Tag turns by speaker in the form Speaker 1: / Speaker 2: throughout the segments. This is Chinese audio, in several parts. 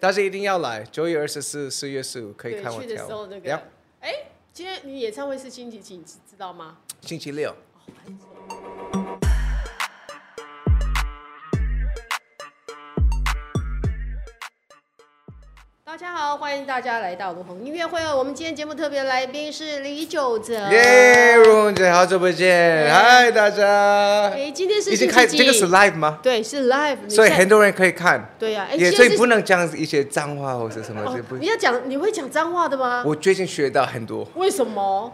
Speaker 1: 但是一定要来，九月二十四、四月十五可以
Speaker 2: 对，
Speaker 1: 看我
Speaker 2: 去的时
Speaker 1: 跳
Speaker 2: 候
Speaker 1: 舞。
Speaker 2: 那
Speaker 1: Yep，
Speaker 2: 个，哎，今天你演唱会是星期几，你知知道吗？
Speaker 1: 星期六。
Speaker 2: 大家好，欢迎大家来到卢红音乐会哦。我们今天节目特别来宾是李玖哲。
Speaker 1: 耶，如虹姐，好久不见！嗨，大家。
Speaker 2: 哎，今天是
Speaker 1: 已经
Speaker 2: 星
Speaker 1: 开
Speaker 2: 期
Speaker 1: 这个是
Speaker 2: 几？
Speaker 1: live 吗？
Speaker 2: 对，是 live 你看。
Speaker 1: 所以很多人可以看，
Speaker 2: 对呀，哎，
Speaker 1: 也
Speaker 2: 现
Speaker 1: 所
Speaker 2: 在
Speaker 1: 以
Speaker 2: 是
Speaker 1: 不能讲一些脏话或是什么，
Speaker 2: 哦
Speaker 1: 就不。
Speaker 2: 你要讲你会讲脏话的吗？
Speaker 1: 我最近学到很多，
Speaker 2: 为什么？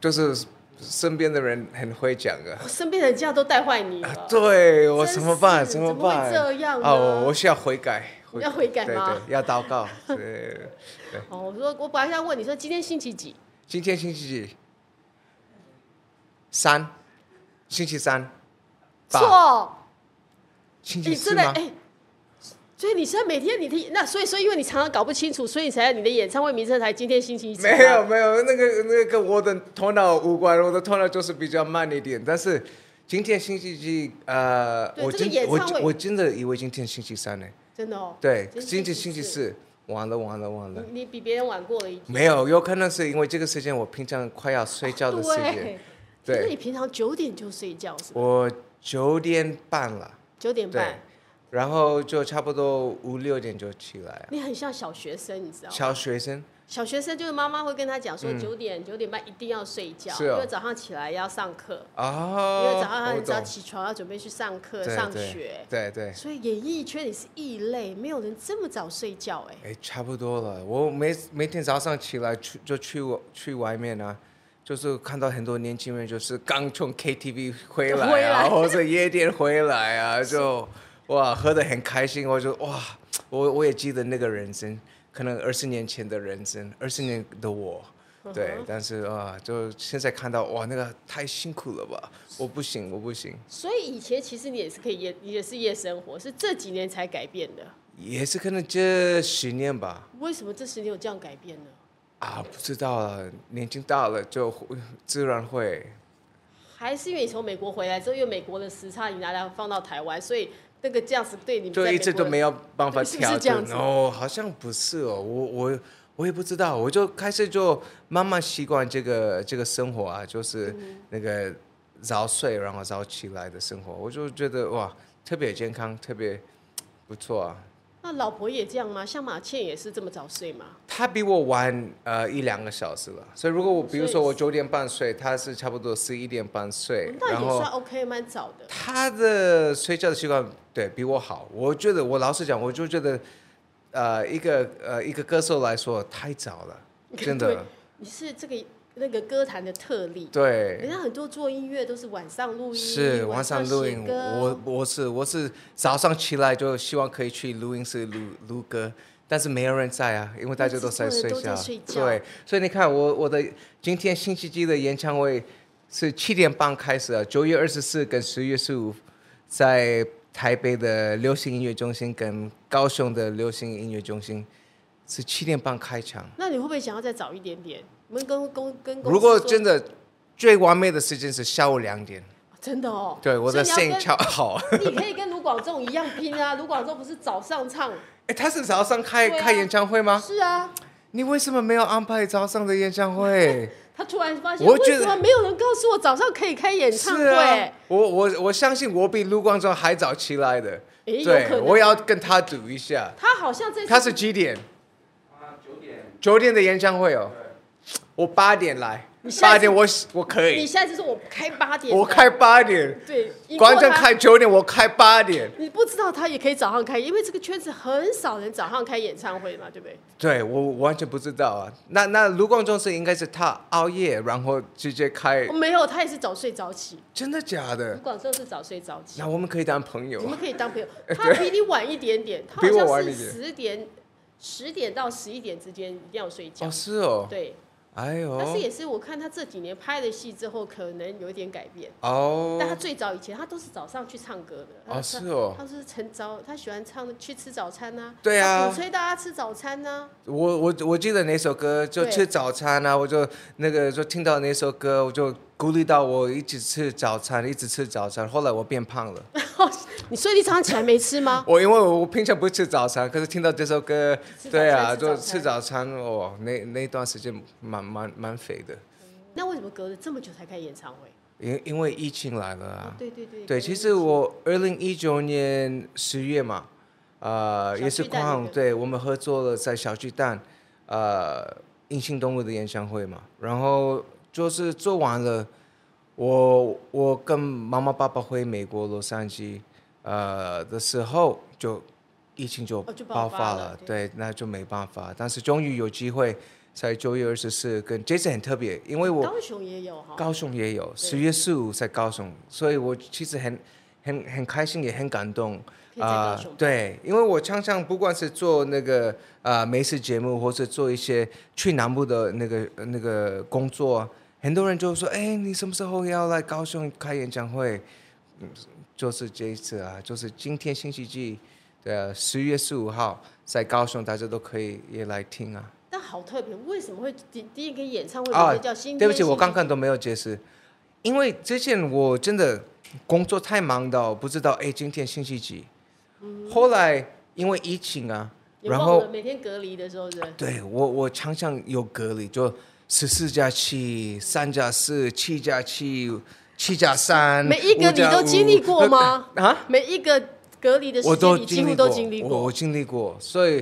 Speaker 1: 就是身边的人很会讲的。
Speaker 2: 我身边人家都带坏你了。
Speaker 1: 啊对我
Speaker 2: 哦真
Speaker 1: 怎么办？
Speaker 2: 是
Speaker 1: 么
Speaker 2: 怎么会
Speaker 1: 办？
Speaker 2: 这样呢
Speaker 1: 哦，我需要悔改。
Speaker 2: 要悔改吗
Speaker 1: 对对，要祷告。对，
Speaker 2: 哦，我说我本来要问你说今天星期几？
Speaker 1: 今天星期几？三，星期三，八
Speaker 2: 错，
Speaker 1: 星期
Speaker 2: 你
Speaker 1: 四
Speaker 2: 真的
Speaker 1: 吗？
Speaker 2: 哎。所以你现在每天你的那所以说，因为你常常搞不清楚，所以你才你的演唱会名称才今天星期几啊嘛。
Speaker 1: 没有没有，那个那个跟我的头脑无关，我的头脑就是比较慢一点。但是今天星期几？呃，
Speaker 2: 对
Speaker 1: 我
Speaker 2: 这个
Speaker 1: 真、
Speaker 2: 演
Speaker 1: 我
Speaker 2: 唱
Speaker 1: 真
Speaker 2: 会
Speaker 1: 我真的以为今天星期三呢。
Speaker 2: 真的哦。
Speaker 1: 对，
Speaker 2: 今
Speaker 1: 今
Speaker 2: 天
Speaker 1: 天星
Speaker 2: 星期
Speaker 1: 期
Speaker 2: 四
Speaker 1: 四，完了完了完了。
Speaker 2: 你你比别人晚过了一天。
Speaker 1: 没有，有可能是因为这个时间我平常快要睡觉的时间，对
Speaker 2: 对，就是你平常九点就睡觉是吧？
Speaker 1: 我九点半了，
Speaker 2: 九点
Speaker 1: 对
Speaker 2: 半，，
Speaker 1: 然后就差不多五六点就起来，
Speaker 2: 你很像小学生，你知道吗？
Speaker 1: 小学生。
Speaker 2: 小学生就是妈妈会跟他讲说九点九点半一定要睡觉，
Speaker 1: 嗯是
Speaker 2: 因
Speaker 1: 哦
Speaker 2: 为早上起来要上课，因为
Speaker 1: 哦，
Speaker 2: 早上他
Speaker 1: 我
Speaker 2: 很早
Speaker 1: 懂，
Speaker 2: 起床要准备去上课
Speaker 1: 对
Speaker 2: 上
Speaker 1: 对
Speaker 2: 学。
Speaker 1: 对对，
Speaker 2: 所以演艺圈你是异类，没有人这么早睡觉哎、
Speaker 1: 哎，差不多了。我每每天早上起来去就去我去外面啊，就是看到很多年轻人就是刚从 KTV 回
Speaker 2: 回
Speaker 1: 来啊，
Speaker 2: 来
Speaker 1: 或者夜店回来 啊，就哇喝得很开心。我就哇，我我也记得那个人生，可能二十年前的人生，二十年的我。
Speaker 2: 嗯
Speaker 1: 对，但是啊，就现在看到哇，那个太辛苦了吧，我不行，我不行，
Speaker 2: 所以以前其实你也是可以夜，也是夜生活，是这几年才改变的。
Speaker 1: 也是可能这十年吧，
Speaker 2: 为什么这十年有这样改变呢？
Speaker 1: 啊，不知道了，年纪大了就会自然会。
Speaker 2: 还是因为你从美国回来之后，因为美国的时差你拿来放到台湾，所以那个这样子对你
Speaker 1: 就
Speaker 2: 在
Speaker 1: 一
Speaker 2: 美
Speaker 1: 直
Speaker 2: 国
Speaker 1: 都没有办法
Speaker 2: 是不是
Speaker 1: 调
Speaker 2: 这样
Speaker 1: 整
Speaker 2: 子
Speaker 1: 哦，好像不是哦，我我我也不知道，我就开始就慢慢习惯这个这个生活啊，就是那个早睡然后早起来的生活，我就觉得哇，特别健康，特别不错啊。
Speaker 2: 那老婆也这样吗？像马倩也是这么早睡吗？
Speaker 1: 他比我晚呃一两个小时了，所以如果我比如
Speaker 2: 所
Speaker 1: 说
Speaker 2: 以哦
Speaker 1: 我九点半睡，他是差不多十一点半睡，
Speaker 2: 那
Speaker 1: 然
Speaker 2: 也
Speaker 1: 后
Speaker 2: 算 OK，蛮早的。
Speaker 1: 他的睡觉的习惯对比我好，我觉得我老实讲，我就觉得，呃，一个呃一个歌手来说太早了， 真
Speaker 2: 对
Speaker 1: 的，
Speaker 2: 你是这个那个歌坛的特例。人
Speaker 1: 对，
Speaker 2: 家很多做音乐都是晚上录音，
Speaker 1: 是晚
Speaker 2: 晚
Speaker 1: 上录音，
Speaker 2: 写歌
Speaker 1: 我我是我是早上起来就希望可以去录音室录录歌。但是没有人在啊，因为大家都在睡
Speaker 2: 因为制作人
Speaker 1: 觉。
Speaker 2: 都在睡觉
Speaker 1: 对，所以你看我我的今天星期一的演唱会是七点半开始啊，九月二十四跟十月十五在台北的流行音乐中心跟高雄的流行音乐中心是七点半开场。
Speaker 2: 那你会不会想要再早一点点？我们跟公跟公司
Speaker 1: 如果
Speaker 2: 说
Speaker 1: 真的最完美的时间是下午两点，
Speaker 2: 真的哦，
Speaker 1: 对我的
Speaker 2: 所以
Speaker 1: 线
Speaker 2: 你要
Speaker 1: 超好。
Speaker 2: 跟你可以跟卢广仲一样拼啊！卢广仲不是早上唱，
Speaker 1: 哎，他是早上开、
Speaker 2: 对啊
Speaker 1: 开演唱会吗？
Speaker 2: 是啊，
Speaker 1: 你为什么没有安排早上的演唱会？
Speaker 2: 他突然发现
Speaker 1: 我
Speaker 2: 为
Speaker 1: 觉得
Speaker 2: 什么没有人告诉我早上可以开演 唱
Speaker 1: 是
Speaker 2: 会？
Speaker 1: 啊，我我我相信我比卢光中还早起来的，
Speaker 2: 诶有
Speaker 1: 对，
Speaker 2: 可能
Speaker 1: 我也要跟他赌一下。
Speaker 2: 他好像这次
Speaker 1: 他是几点？
Speaker 3: 啊，九点，
Speaker 1: 九点的演唱会哦，我八点来
Speaker 2: 你，下
Speaker 1: 八
Speaker 2: 次
Speaker 1: 点我我可
Speaker 2: 你
Speaker 1: 以，
Speaker 2: 下次说我开八点的，
Speaker 1: 我开八点，
Speaker 2: 对，赢过
Speaker 1: 观众
Speaker 2: 他
Speaker 1: 开九点，我开八点。
Speaker 2: 你不知道他也可以早上开，因为这个圈子很少人早上开演唱会嘛，对不对？
Speaker 1: 对我我完全不知道啊。那那卢光中是应该是他熬夜，然后直接开
Speaker 2: 哦，没有，他也是早睡早起。
Speaker 1: 真的假
Speaker 2: 卢
Speaker 1: 的？
Speaker 2: 广仲是早睡早起
Speaker 1: 那，我们可以当朋
Speaker 2: 你
Speaker 1: 友
Speaker 2: 们。可以当 朋友。他比你晚一点点，他
Speaker 1: 比我
Speaker 2: 好
Speaker 1: 晚
Speaker 2: 像是
Speaker 1: 一点
Speaker 2: 十点、十点到十一点之间一定要睡觉
Speaker 1: 哦，。是哦，
Speaker 2: 对，
Speaker 1: 哎呦，
Speaker 2: 但是也是我看他这几年拍的戏之后，可能有点改变。但他
Speaker 1: 哦，
Speaker 2: 最早以前，他都是早上去唱歌的。他
Speaker 1: 哦是哦，
Speaker 2: 他是很早，他喜欢唱去吃早餐呐、
Speaker 1: 对啊
Speaker 2: 他鼓吹大家吃早餐啊呐、
Speaker 1: 我我我记得那首歌就
Speaker 2: 对
Speaker 1: 吃早餐啊，我就那个就听到那首
Speaker 2: 哦
Speaker 1: 歌，我就鼓励到我一直吃早餐，一直吃早餐。后来我变胖了，
Speaker 2: 你所以你早上起来没吃吗？
Speaker 1: 我因为我平常不吃早餐，可是听到这首歌，
Speaker 2: 吃早餐
Speaker 1: 对啊，
Speaker 2: 吃早
Speaker 1: 就
Speaker 2: 餐
Speaker 1: 吃早餐哦，那那段时间蛮蛮蛮肥的，
Speaker 2: 那为什么隔了这么久才开演唱会？哦
Speaker 1: 因因为疫情来了啊。
Speaker 2: 对对对，
Speaker 1: 对，其实我二零一九年十月嘛，呃，
Speaker 2: 小
Speaker 1: 也是
Speaker 2: 巨蛋
Speaker 1: 矿
Speaker 2: 那，个
Speaker 1: 对我们合作了在小巨蛋，呃，隐形动物的演唱会嘛，然后就是做完了，我我跟妈妈爸爸回美国洛杉矶，呃的时候就疫情就
Speaker 2: 哦就
Speaker 1: 爆
Speaker 2: 爆发
Speaker 1: 发
Speaker 2: 了
Speaker 1: 了，对，那就没办法，但是终于有机会在九月二十四跟这次很特别，因为我
Speaker 2: 高雄也有哈，
Speaker 1: 高雄也有，十月十五在高雄，所以我其实很很很开心，也很感动啊
Speaker 2: 可以在高雄
Speaker 1: 对，因为我常常不管是做那个啊美食节目，或是做一些去南部的那个那个工作，很多人就说：“哎，你什么时候要来高雄开演唱会？”嗯，就是这一次啊，就是今天星期几，对啊，十月十五号在高雄，大家都可以也来听啊。
Speaker 2: 但好特别，为什么会第第一个演唱会
Speaker 1: 啊
Speaker 2: 名字叫新天？
Speaker 1: 对不起，我刚刚都没有解释，因为之前我真的工作太忙到不知道，哎，今天星期几？后来因为疫情啊，
Speaker 2: 也
Speaker 1: 然
Speaker 2: 忘了
Speaker 1: 后
Speaker 2: 每天隔离的时候是不是
Speaker 1: 对我我常常有隔离，就十四加七、三加四、七加七、七加三，
Speaker 2: 每一个
Speaker 1: 5
Speaker 2: 你
Speaker 1: 加
Speaker 2: 都
Speaker 1: 5
Speaker 2: 经历过吗？
Speaker 1: 啊？
Speaker 2: 每一个隔离的时
Speaker 1: 我都
Speaker 2: 间你几乎
Speaker 1: 历
Speaker 2: 都
Speaker 1: 过，
Speaker 2: 经历
Speaker 1: 我
Speaker 2: 过
Speaker 1: 我。经历过，所以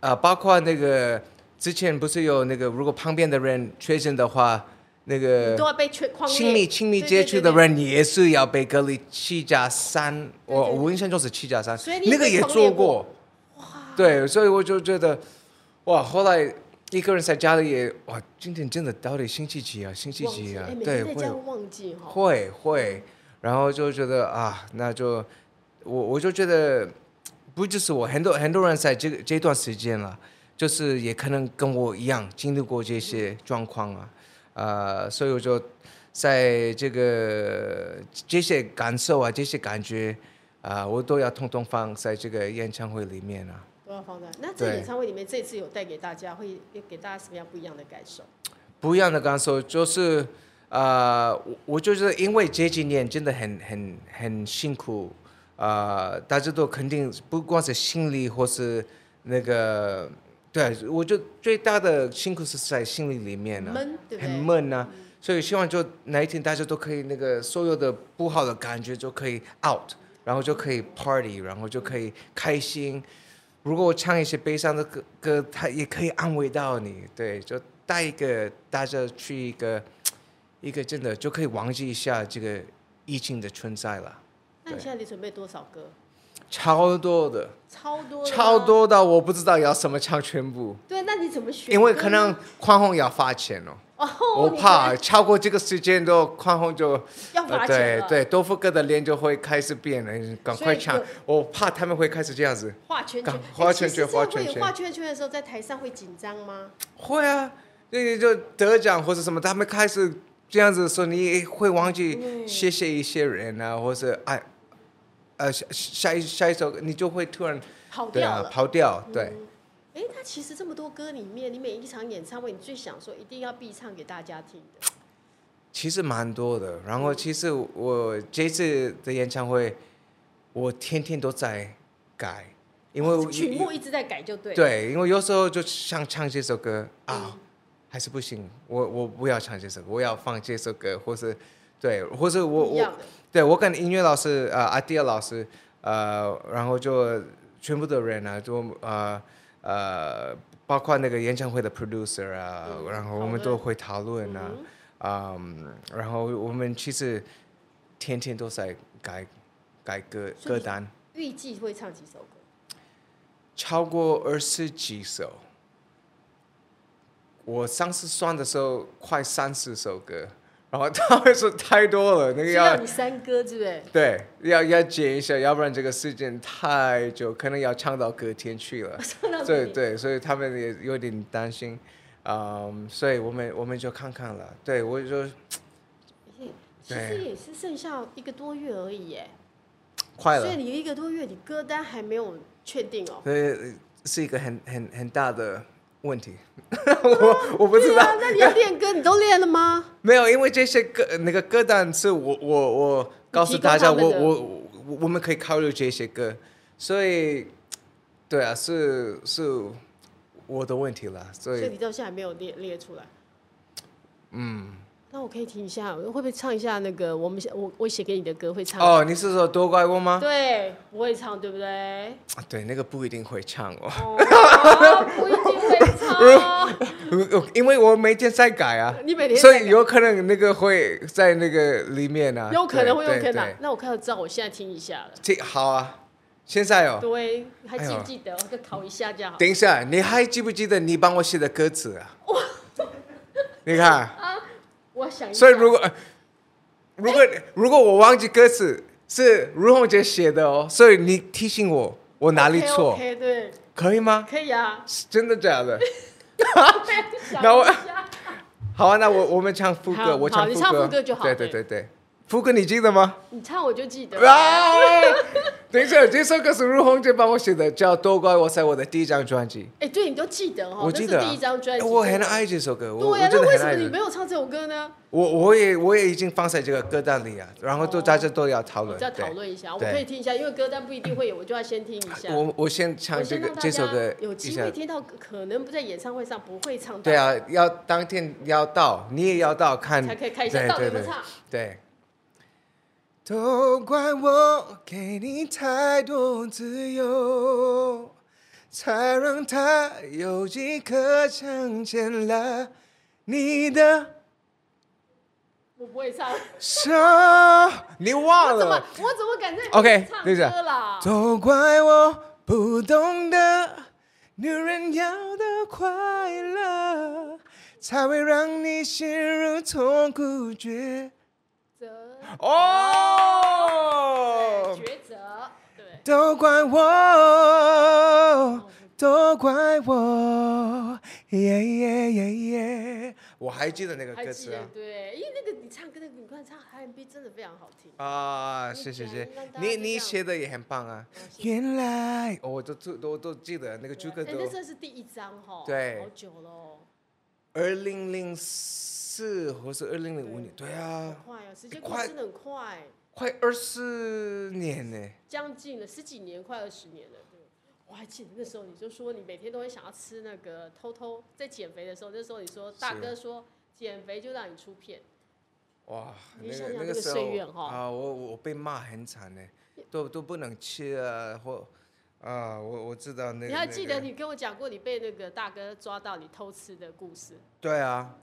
Speaker 1: 啊、呃包括那个之前不是有那个，如果旁边的人确诊的话，那个
Speaker 2: 你都要被圈框列
Speaker 1: 亲密亲密
Speaker 2: 对
Speaker 1: 接
Speaker 2: 对
Speaker 1: 触
Speaker 2: 对
Speaker 1: 的
Speaker 2: 对
Speaker 1: 人也是要被隔离七加三，我
Speaker 2: 对对
Speaker 1: 我印象中是七加三
Speaker 2: 所以，你
Speaker 1: 那个
Speaker 2: 被
Speaker 1: 也
Speaker 2: 狂猎
Speaker 1: 做
Speaker 2: 过
Speaker 1: 过，对，所以我就觉得哇，后来一个人在家里也哇，今天真的到底星期几啊？星期
Speaker 2: 忘记，
Speaker 1: 几啊
Speaker 2: 哎，？每
Speaker 1: 对，
Speaker 2: 天
Speaker 1: 会
Speaker 2: 在这
Speaker 1: 有
Speaker 2: 样忘记哈。
Speaker 1: 会会，然后就觉得啊，那就我我就觉得不只是我，很多很多人在这个这段时间了，就是也可能跟我一样经历过这些状况啊，呃，所以我就在这个这些感受啊，这些感觉啊、我都要通通放在这个演唱会里面啊。
Speaker 2: 都要放在那这
Speaker 1: 对
Speaker 2: 演唱会里面，这次有带给大家会有给大家什么样不一样的感受？
Speaker 1: 不一样的感受，就是呃，我我就是因为这几年真的很很很辛苦，呃，大家都肯定不光是心理或是那个，对我就最大的辛苦是在心理里面呢、啊
Speaker 2: 闷，对不
Speaker 1: 很
Speaker 2: 对？
Speaker 1: 闷啊，所以希望就哪一天大家都可以那个所有的不好的感觉就可以 out，然后就可以 party，然后就可以开心。如果我唱一些悲伤的歌歌，它也可以安慰到你，对，就带一个大家去一个一个真的就可以忘记一下这个疫情的存在了，
Speaker 2: 那你现在得准备多少歌？
Speaker 1: 超多的，
Speaker 2: 超多，
Speaker 1: 超。多到我不知道要什么唱全部，
Speaker 2: 对，那你怎么选歌呢？
Speaker 1: 因为可能宽宏要发钱哦。
Speaker 2: 嗯哦，
Speaker 1: 我
Speaker 2: 你
Speaker 1: 怕超过这个时间都宽宏就，
Speaker 2: 要罚
Speaker 1: 呃
Speaker 2: 钱
Speaker 1: 对
Speaker 2: 了，
Speaker 1: 对，多福哥的脸就会开始变了，赶快
Speaker 2: 所以
Speaker 1: 抢
Speaker 2: 就！
Speaker 1: 我怕他们会开始这样子。
Speaker 2: 画圈圈
Speaker 1: 赶，画
Speaker 2: 哎其
Speaker 1: 圈
Speaker 2: 实
Speaker 1: 圈
Speaker 2: 这
Speaker 1: 画
Speaker 2: 会
Speaker 1: 圈
Speaker 2: 有
Speaker 1: 圈
Speaker 2: 画圈圈的时候，在台上会紧张吗？
Speaker 1: 会啊，那你就得奖或者什么，他们开始这样子的时候，你会忘记谢谢一些人啊，或是哎，呃下下一下一首歌，你就会突然
Speaker 2: 跑
Speaker 1: 对
Speaker 2: 掉
Speaker 1: 啊
Speaker 2: 了。
Speaker 1: 跑掉，对。
Speaker 2: 哎，那其实这么多歌里面，你每一场演唱会，你最想说一定要必唱给大家听的，
Speaker 1: 其实蛮多的。然后其实我这次的演唱会，我天天都在改，因为我
Speaker 2: 哦曲目一直在改就对。，嗯
Speaker 1: 对，因为有时候就想唱这首歌啊，还是不行，我我不要唱这首歌，我要放这首歌，或是对，或是我
Speaker 2: 不一
Speaker 1: 我
Speaker 2: 样的。
Speaker 1: 对我跟音乐老师呃阿迪尔老师呃，然后就全部的人啊，就呃呃，包括那个演唱会的 producer 啊，
Speaker 2: 嗯
Speaker 1: 然后
Speaker 2: 讨
Speaker 1: 我们
Speaker 2: 论
Speaker 1: 都会讨论啊，
Speaker 2: 嗯
Speaker 1: 嗯然后我们其实天天都在改改歌
Speaker 2: 所
Speaker 1: 歌
Speaker 2: 以你
Speaker 1: 单，
Speaker 2: 预计会唱几首歌？
Speaker 1: 超过二十几首。我上次算的时候，快三十首歌，然后他们说太多了，那个
Speaker 2: 需
Speaker 1: 要
Speaker 2: 要你三歌，对不 对？。
Speaker 1: 对，要要剪一下，要不然这个时间太久，可能要唱到隔天去了
Speaker 2: 唱到
Speaker 1: 对
Speaker 2: 你
Speaker 1: 对，所以他们也有点担心，嗯，所以我们我们就看看了。对我就
Speaker 2: 其实也是剩下一个多月而已耶，
Speaker 1: 快
Speaker 2: 所以
Speaker 1: 了，
Speaker 2: 你一个多月，你歌单还没有确定哦。
Speaker 1: 所以是一个很很很大的问题。 我 我不知
Speaker 2: 对
Speaker 1: 道，
Speaker 2: 啊，那你要练歌，你都练了吗？
Speaker 1: 呃没有，因为这些歌那个歌单是我我我告诉大家，
Speaker 2: 你提供
Speaker 1: 我
Speaker 2: 他们的
Speaker 1: 我我我们可以考虑这些歌，所以，对啊，是是我的问题了，所
Speaker 2: 所
Speaker 1: 以
Speaker 2: 以你到现在还没有列列出来。
Speaker 1: 嗯，
Speaker 2: 那我可以听一下，会不会唱一下那个我们我我写给你的歌会唱？
Speaker 1: 哦，你是说多怪我吗？
Speaker 2: 对，不会唱，对 不对？
Speaker 1: 啊对，那个不一定会唱哦，
Speaker 2: 哦，不一定会唱。
Speaker 1: 因为我每天在改啊，
Speaker 2: 你每天
Speaker 1: 所
Speaker 2: 在
Speaker 1: 以
Speaker 2: 改
Speaker 1: 有可能那个会在那个里面啊，
Speaker 2: 有可能会
Speaker 1: 对
Speaker 2: 有可
Speaker 1: 对
Speaker 2: 能。那我看到知道，我现在听一下了。
Speaker 1: 对这好啊，现在哦，
Speaker 2: 对，还
Speaker 1: 哎
Speaker 2: 记
Speaker 1: 呦
Speaker 2: 不记得？我再考一下这样好。
Speaker 1: 等一下，你还记不记得你帮我写的歌词啊？你看。
Speaker 2: 我想一下。
Speaker 1: 所以如果如果如果我忘记歌词是如虹姐写的哦，所以你提醒我我哪里错
Speaker 2: o k 对，
Speaker 1: 可以吗？
Speaker 2: 可以啊。
Speaker 1: 是真的假的？
Speaker 2: 那
Speaker 1: 那
Speaker 2: 我
Speaker 1: 我
Speaker 2: 想一下
Speaker 1: 好啊，那我我们唱副
Speaker 2: 好
Speaker 1: 歌，我
Speaker 2: 好你
Speaker 1: 副
Speaker 2: 唱
Speaker 1: 歌，
Speaker 2: 副歌就好
Speaker 1: 对
Speaker 2: 对
Speaker 1: 对对对，副歌你记得吗？
Speaker 2: 你唱我就记得。
Speaker 1: 啊！等一下，这首歌是如虹姐帮我写的，叫《多乖》，我在我的第一张专辑，
Speaker 2: 哎，对，你都记得哦，
Speaker 1: 我
Speaker 2: 那
Speaker 1: 记
Speaker 2: 是
Speaker 1: 得、啊。
Speaker 2: 第一张专辑。
Speaker 1: 我很爱这首歌，我
Speaker 2: 对呀、啊
Speaker 1: 我真的
Speaker 2: 那为
Speaker 1: 很
Speaker 2: 什
Speaker 1: 爱
Speaker 2: 么你
Speaker 1: 这
Speaker 2: 没有唱这首歌呢？
Speaker 1: 我我也我也已经放在这个歌单里啊，然后都大家都要讨论，
Speaker 2: 再哦讨
Speaker 1: 对
Speaker 2: 论一下，我
Speaker 1: 对
Speaker 2: 可以听一下，因为歌单不一定会有，我就要先听一下。
Speaker 1: 啊我我先
Speaker 2: 我
Speaker 1: 唱这
Speaker 2: 先
Speaker 1: 个
Speaker 2: 让大
Speaker 1: 这首
Speaker 2: 家
Speaker 1: 歌
Speaker 2: 有
Speaker 1: 一
Speaker 2: 机
Speaker 1: 下
Speaker 2: 会。听到，可能不在演唱会上不会唱到，
Speaker 1: 对啊，要当天要到，你也要到看，
Speaker 2: 才可以看一下
Speaker 1: 对
Speaker 2: 到底有
Speaker 1: 对
Speaker 2: 没
Speaker 1: 对
Speaker 2: 有唱。
Speaker 1: 对。都怪我给你太多自由，才让他有机可乘，牵了你的
Speaker 2: 我不会唱，我
Speaker 1: 手。你忘
Speaker 2: 怎么
Speaker 1: 了？
Speaker 2: 我怎么敢在
Speaker 1: OK，
Speaker 2: 唱
Speaker 1: 对着
Speaker 2: 歌啦？
Speaker 1: 都怪我不懂得，女人要的快乐，才会让你陷入痛苦绝
Speaker 2: 择
Speaker 1: 哦。
Speaker 2: 抉择，对，
Speaker 1: 都怪我，都怪我，耶耶耶耶！我还记得那个
Speaker 2: 还
Speaker 1: 歌
Speaker 2: 记
Speaker 1: 词
Speaker 2: 得
Speaker 1: 啊。
Speaker 2: 对，因为那个你唱歌那个，你看唱 R&B 真的非常好听。
Speaker 1: 啊，
Speaker 2: 你
Speaker 1: 谢谢
Speaker 2: 讲
Speaker 1: 谢
Speaker 2: 让大，家
Speaker 1: 你
Speaker 2: 知
Speaker 1: 你
Speaker 2: 道
Speaker 1: 写的也很棒啊
Speaker 2: 哦。谢
Speaker 1: 原来，哦我都都都都记得那个朱哥
Speaker 2: 哎，那
Speaker 1: 都
Speaker 2: 真的是第一张哈，
Speaker 1: 对
Speaker 2: 好久哦喽，
Speaker 1: 二零零四或是二零零五年，对
Speaker 2: 很
Speaker 1: 啊，
Speaker 2: 快啊，时间
Speaker 1: 快
Speaker 2: 过得真的很快。
Speaker 1: 快二十年呢。
Speaker 2: 将近了十几年，快二十年了。对，我还记得那时候你就说你每天都会想要吃那个偷偷在减肥的时候，那时候你说大哥说减肥就让你出片，
Speaker 1: 哇，
Speaker 2: 你
Speaker 1: 那
Speaker 2: 想
Speaker 1: 个
Speaker 2: 想
Speaker 1: 那
Speaker 2: 那个
Speaker 1: 时
Speaker 2: 岁月
Speaker 1: 候
Speaker 2: 哈
Speaker 1: 啊，我我被骂很惨呢，都都不能吃啊，或啊，我我知道那个。
Speaker 2: 你还
Speaker 1: 那
Speaker 2: 记
Speaker 1: 个
Speaker 2: 得你跟我讲过你被那个大哥抓到你偷吃的故事？
Speaker 1: 对啊，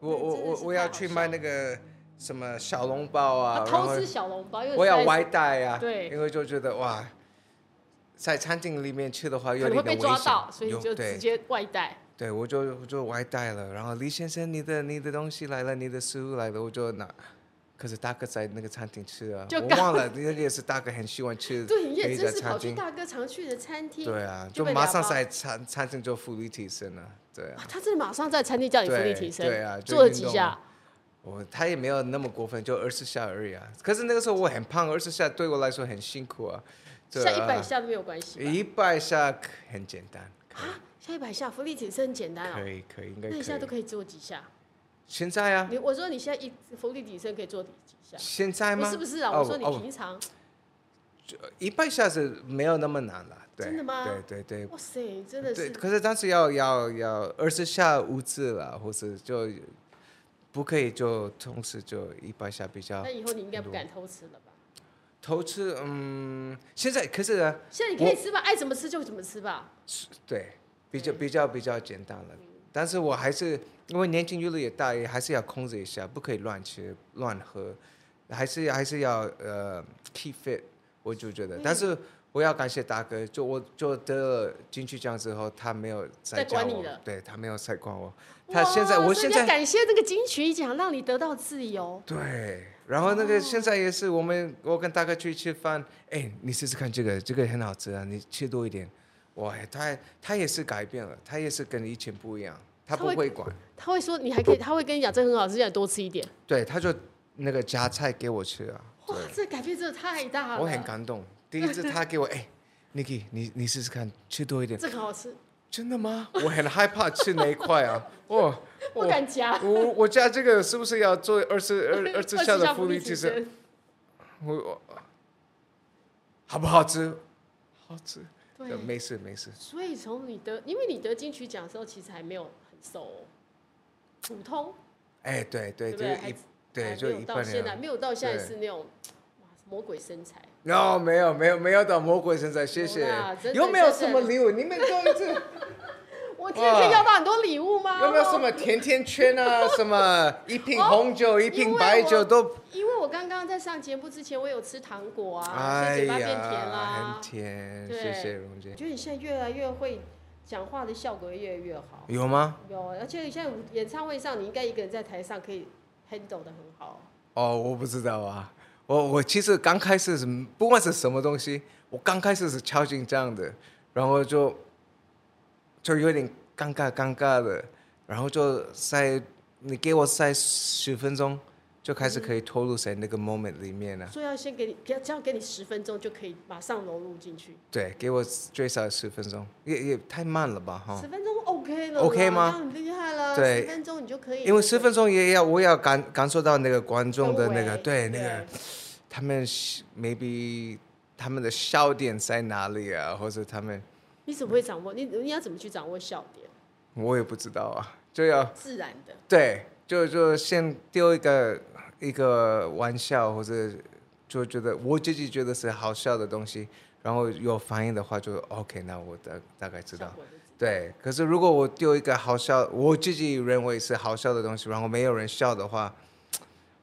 Speaker 1: 我
Speaker 2: 那
Speaker 1: 我
Speaker 2: 真的
Speaker 1: 我
Speaker 2: 是
Speaker 1: 我
Speaker 2: 太
Speaker 1: 要
Speaker 2: 好
Speaker 1: 去
Speaker 2: 笑
Speaker 1: 卖
Speaker 2: 了
Speaker 1: 那个什么小笼包啊，然
Speaker 2: 偷
Speaker 1: 后
Speaker 2: 吃小笼包，因为
Speaker 1: 我要
Speaker 2: 实在
Speaker 1: 外
Speaker 2: 是
Speaker 1: 带啊，
Speaker 2: 对
Speaker 1: 因为就觉得哇，在餐厅里面吃的话有
Speaker 2: 可能
Speaker 1: 点
Speaker 2: 会
Speaker 1: 危险，
Speaker 2: 被抓到，所以
Speaker 1: 有
Speaker 2: 你就直
Speaker 1: 对
Speaker 2: 接外带。
Speaker 1: 对，我就我就外带了，然后李先生你的你的东西来了，你的食物来了，我就拿。可是大哥在那个餐厅吃啊，
Speaker 2: 就
Speaker 1: 我
Speaker 2: 刚
Speaker 1: 忘了，那个也是大哥很喜欢吃的
Speaker 2: 对，你
Speaker 1: 一
Speaker 2: 也
Speaker 1: 家
Speaker 2: 真是跑
Speaker 1: 餐
Speaker 2: 去
Speaker 1: 厅。
Speaker 2: 大哥常去的餐厅。
Speaker 1: 对啊，
Speaker 2: 就
Speaker 1: 就
Speaker 2: 被
Speaker 1: 马
Speaker 2: 俩
Speaker 1: 上
Speaker 2: 包
Speaker 1: 在餐餐厅就福利提升了，对啊
Speaker 2: 啊，，他真的马上在餐厅叫你福利
Speaker 1: 对
Speaker 2: 提升，
Speaker 1: 对啊就
Speaker 2: 做了
Speaker 1: 运
Speaker 2: 几
Speaker 1: 动
Speaker 2: 下
Speaker 1: 啊，我他也没有那么过分，就二十下而已啊。可是那个时候我很胖，二十下对我来说很辛苦啊。对
Speaker 2: 下一百
Speaker 1: 啊
Speaker 2: 下都没有关系吧。
Speaker 1: 一百下可很简单，
Speaker 2: 啊，下一百下福利挺身很简单
Speaker 1: 可
Speaker 2: 哦，
Speaker 1: 以可以，应该
Speaker 2: 那一下都
Speaker 1: 可以。
Speaker 2: 可以做几下？
Speaker 1: 现在啊，
Speaker 2: 你我说你现在一福利挺身可以做几下？
Speaker 1: 现在
Speaker 2: 不
Speaker 1: 吗？
Speaker 2: 是不是啊，
Speaker 1: 哦
Speaker 2: 我说你
Speaker 1: 哦，
Speaker 2: 平常，
Speaker 1: 一百下是没有那么难了。对
Speaker 2: 真的吗
Speaker 1: 对对
Speaker 2: 哇塞，真的
Speaker 1: 对，对。
Speaker 2: 是
Speaker 1: 可是当时要要要二十下五次了，或是就不可以就同时就一百下比较
Speaker 2: 那以后你应该不敢偷吃了吧？
Speaker 1: 头次。嗯，现在可是啊，
Speaker 2: 现在你可以吃吧，爱怎么吃就怎么吃吧。
Speaker 1: 对，比
Speaker 2: 嗯
Speaker 1: 较比较比较简单了。但是我还是因为年轻越来越大，也还是要控制一下，不可以乱吃乱喝，还是还是要呃 keep fit。我就觉得，
Speaker 2: 嗯
Speaker 1: 但是我要感谢大哥，就我就得了金曲奖之后，他没有
Speaker 2: 再
Speaker 1: 再
Speaker 2: 管
Speaker 1: 管
Speaker 2: 你
Speaker 1: 我
Speaker 2: 了，
Speaker 1: 对他没有再管我。
Speaker 2: 哇
Speaker 1: 他现在，我
Speaker 2: 所以
Speaker 1: 现
Speaker 2: 你要
Speaker 1: 在
Speaker 2: 感谢这个金曲奖，让你得到自由。
Speaker 1: 对，然后那个现在也是我们，我跟大哥去吃饭，哎，你试试看这个，这个很好吃啊，你吃多一点。哇，他他也是改变了，他也是跟以前不一样，他
Speaker 2: 他
Speaker 1: 不
Speaker 2: 会
Speaker 1: 会管。
Speaker 2: 他会说你还可以，他会跟你讲这很好吃，叫你多吃一点。
Speaker 1: 对，他就那个夹菜给我吃啊。
Speaker 2: 哇，这改变真的太大了。
Speaker 1: 我很感动。第一次他给我，哎、n i k i 你你试试看，吃多一点。
Speaker 2: 这个好吃，
Speaker 1: 真的吗？我很害怕吃那一块啊。哦，
Speaker 2: 不敢夹。
Speaker 1: 我我加这个是不是要做二十二二
Speaker 2: 二
Speaker 1: 十下的
Speaker 2: 福
Speaker 1: 福利
Speaker 2: 提
Speaker 1: 提升？
Speaker 2: 升，
Speaker 1: 我我好不好吃？好吃，
Speaker 2: 对
Speaker 1: 呃，没事没事。
Speaker 2: 所以从你得，因为你得金曲奖的时候，其实还没有很熟哦、普通，
Speaker 1: 哎，对对，
Speaker 2: 对不
Speaker 1: 就是
Speaker 2: 对？还
Speaker 1: 一
Speaker 2: 还
Speaker 1: 对，就
Speaker 2: 没有
Speaker 1: 一
Speaker 2: 到
Speaker 1: 半
Speaker 2: 现
Speaker 1: 人
Speaker 2: 在，。没有到现在
Speaker 1: 对
Speaker 2: 是那种哇魔鬼身材，
Speaker 1: no，没哦有没有没有到魔鬼身材，谢
Speaker 2: 有
Speaker 1: 谢
Speaker 2: 啦真。的
Speaker 1: 有没有
Speaker 2: 真
Speaker 1: 什
Speaker 2: 的
Speaker 1: 么礼物？你们都 是
Speaker 2: 我今天可以要到很多礼物吗？
Speaker 1: 有没有什么甜甜圈啊？什 么一瓶
Speaker 2: 哦
Speaker 1: 红酒、一
Speaker 2: 因
Speaker 1: 瓶
Speaker 2: 为
Speaker 1: 白
Speaker 2: 我
Speaker 1: 酒都，
Speaker 2: 因为我刚刚在上节目之前，我有吃糖果啊，所
Speaker 1: 哎
Speaker 2: 以嘴巴变甜
Speaker 1: 呀，
Speaker 2: 啦
Speaker 1: 很。甜，
Speaker 2: 对
Speaker 1: 谢谢荣姐
Speaker 2: 我。觉得你现在越来越会讲话的效果越来越好，
Speaker 1: 有吗？
Speaker 2: 有，而且你现在演唱会上，你应该一个人在台上可以 handle 的很好。
Speaker 1: 哦，我不知道啊。我我其实刚开始是不管是什么东西，我刚开始是超紧张的，然后就就有点尴尬尴尬的，然后就在你给我塞十分钟，就开始可以投入在那个 moment 里面啊了、
Speaker 2: 所以要先给你，不要只要给你十分钟就可以马上融入进去。
Speaker 1: 对，给我最少十分钟，也也太慢了吧哈
Speaker 2: 十。分钟 OK 了
Speaker 1: 哦 OK
Speaker 2: 啦
Speaker 1: 吗
Speaker 2: 这样很厉害了，
Speaker 1: 对
Speaker 2: 十分钟你就可以。
Speaker 1: 因为十分钟也要我也要感感受到那个观众的那
Speaker 2: 氛
Speaker 1: 个
Speaker 2: 围
Speaker 1: 对那个他们是 maybe 他们的笑点在哪里啊，或者他们
Speaker 2: 你怎么会掌握？你你要怎么去掌握笑点？
Speaker 1: 我也不知道啊，就要
Speaker 2: 自然的，
Speaker 1: 对，就就先丢一个一个玩笑，或者就觉得我自己觉得是好笑的东西，然后有反应的话就 OK，那我大大概知道
Speaker 2: 效。果就自然
Speaker 1: 对，可是如果我丢一个好笑，我自己认为是好笑的东西，然后没有人笑的话，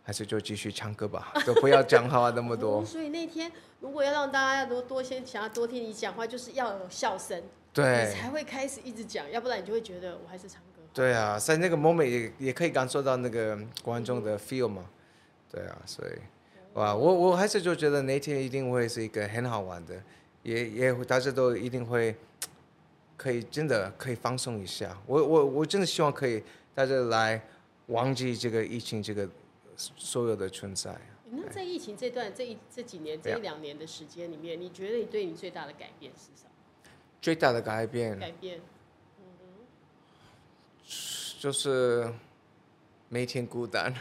Speaker 1: 还是就继续唱歌吧，就不要讲话那么
Speaker 2: 哦
Speaker 1: 多。
Speaker 2: 所以那天如果要让大家多多先想要多听你讲话，就是要有笑声，你
Speaker 1: 对，
Speaker 2: 才会开始一直讲，要不然你就会觉得我还是唱歌。
Speaker 1: 对啊，在那个 moment 也也可以感受到那个观众的 feel 嘛。对啊，所以，哇，我我还是就觉得那天一定会是一个很好玩的，也也会大家都一定会可以真的可以放松一下。我我我真的希望可以大家来忘记这个疫情这个所有的存在。
Speaker 2: 那在疫情这段这一这几年这一两年的时间里面，你觉得你对你最大的改变是什么？
Speaker 1: 最大的改变
Speaker 2: 改变
Speaker 1: 就是每天孤单，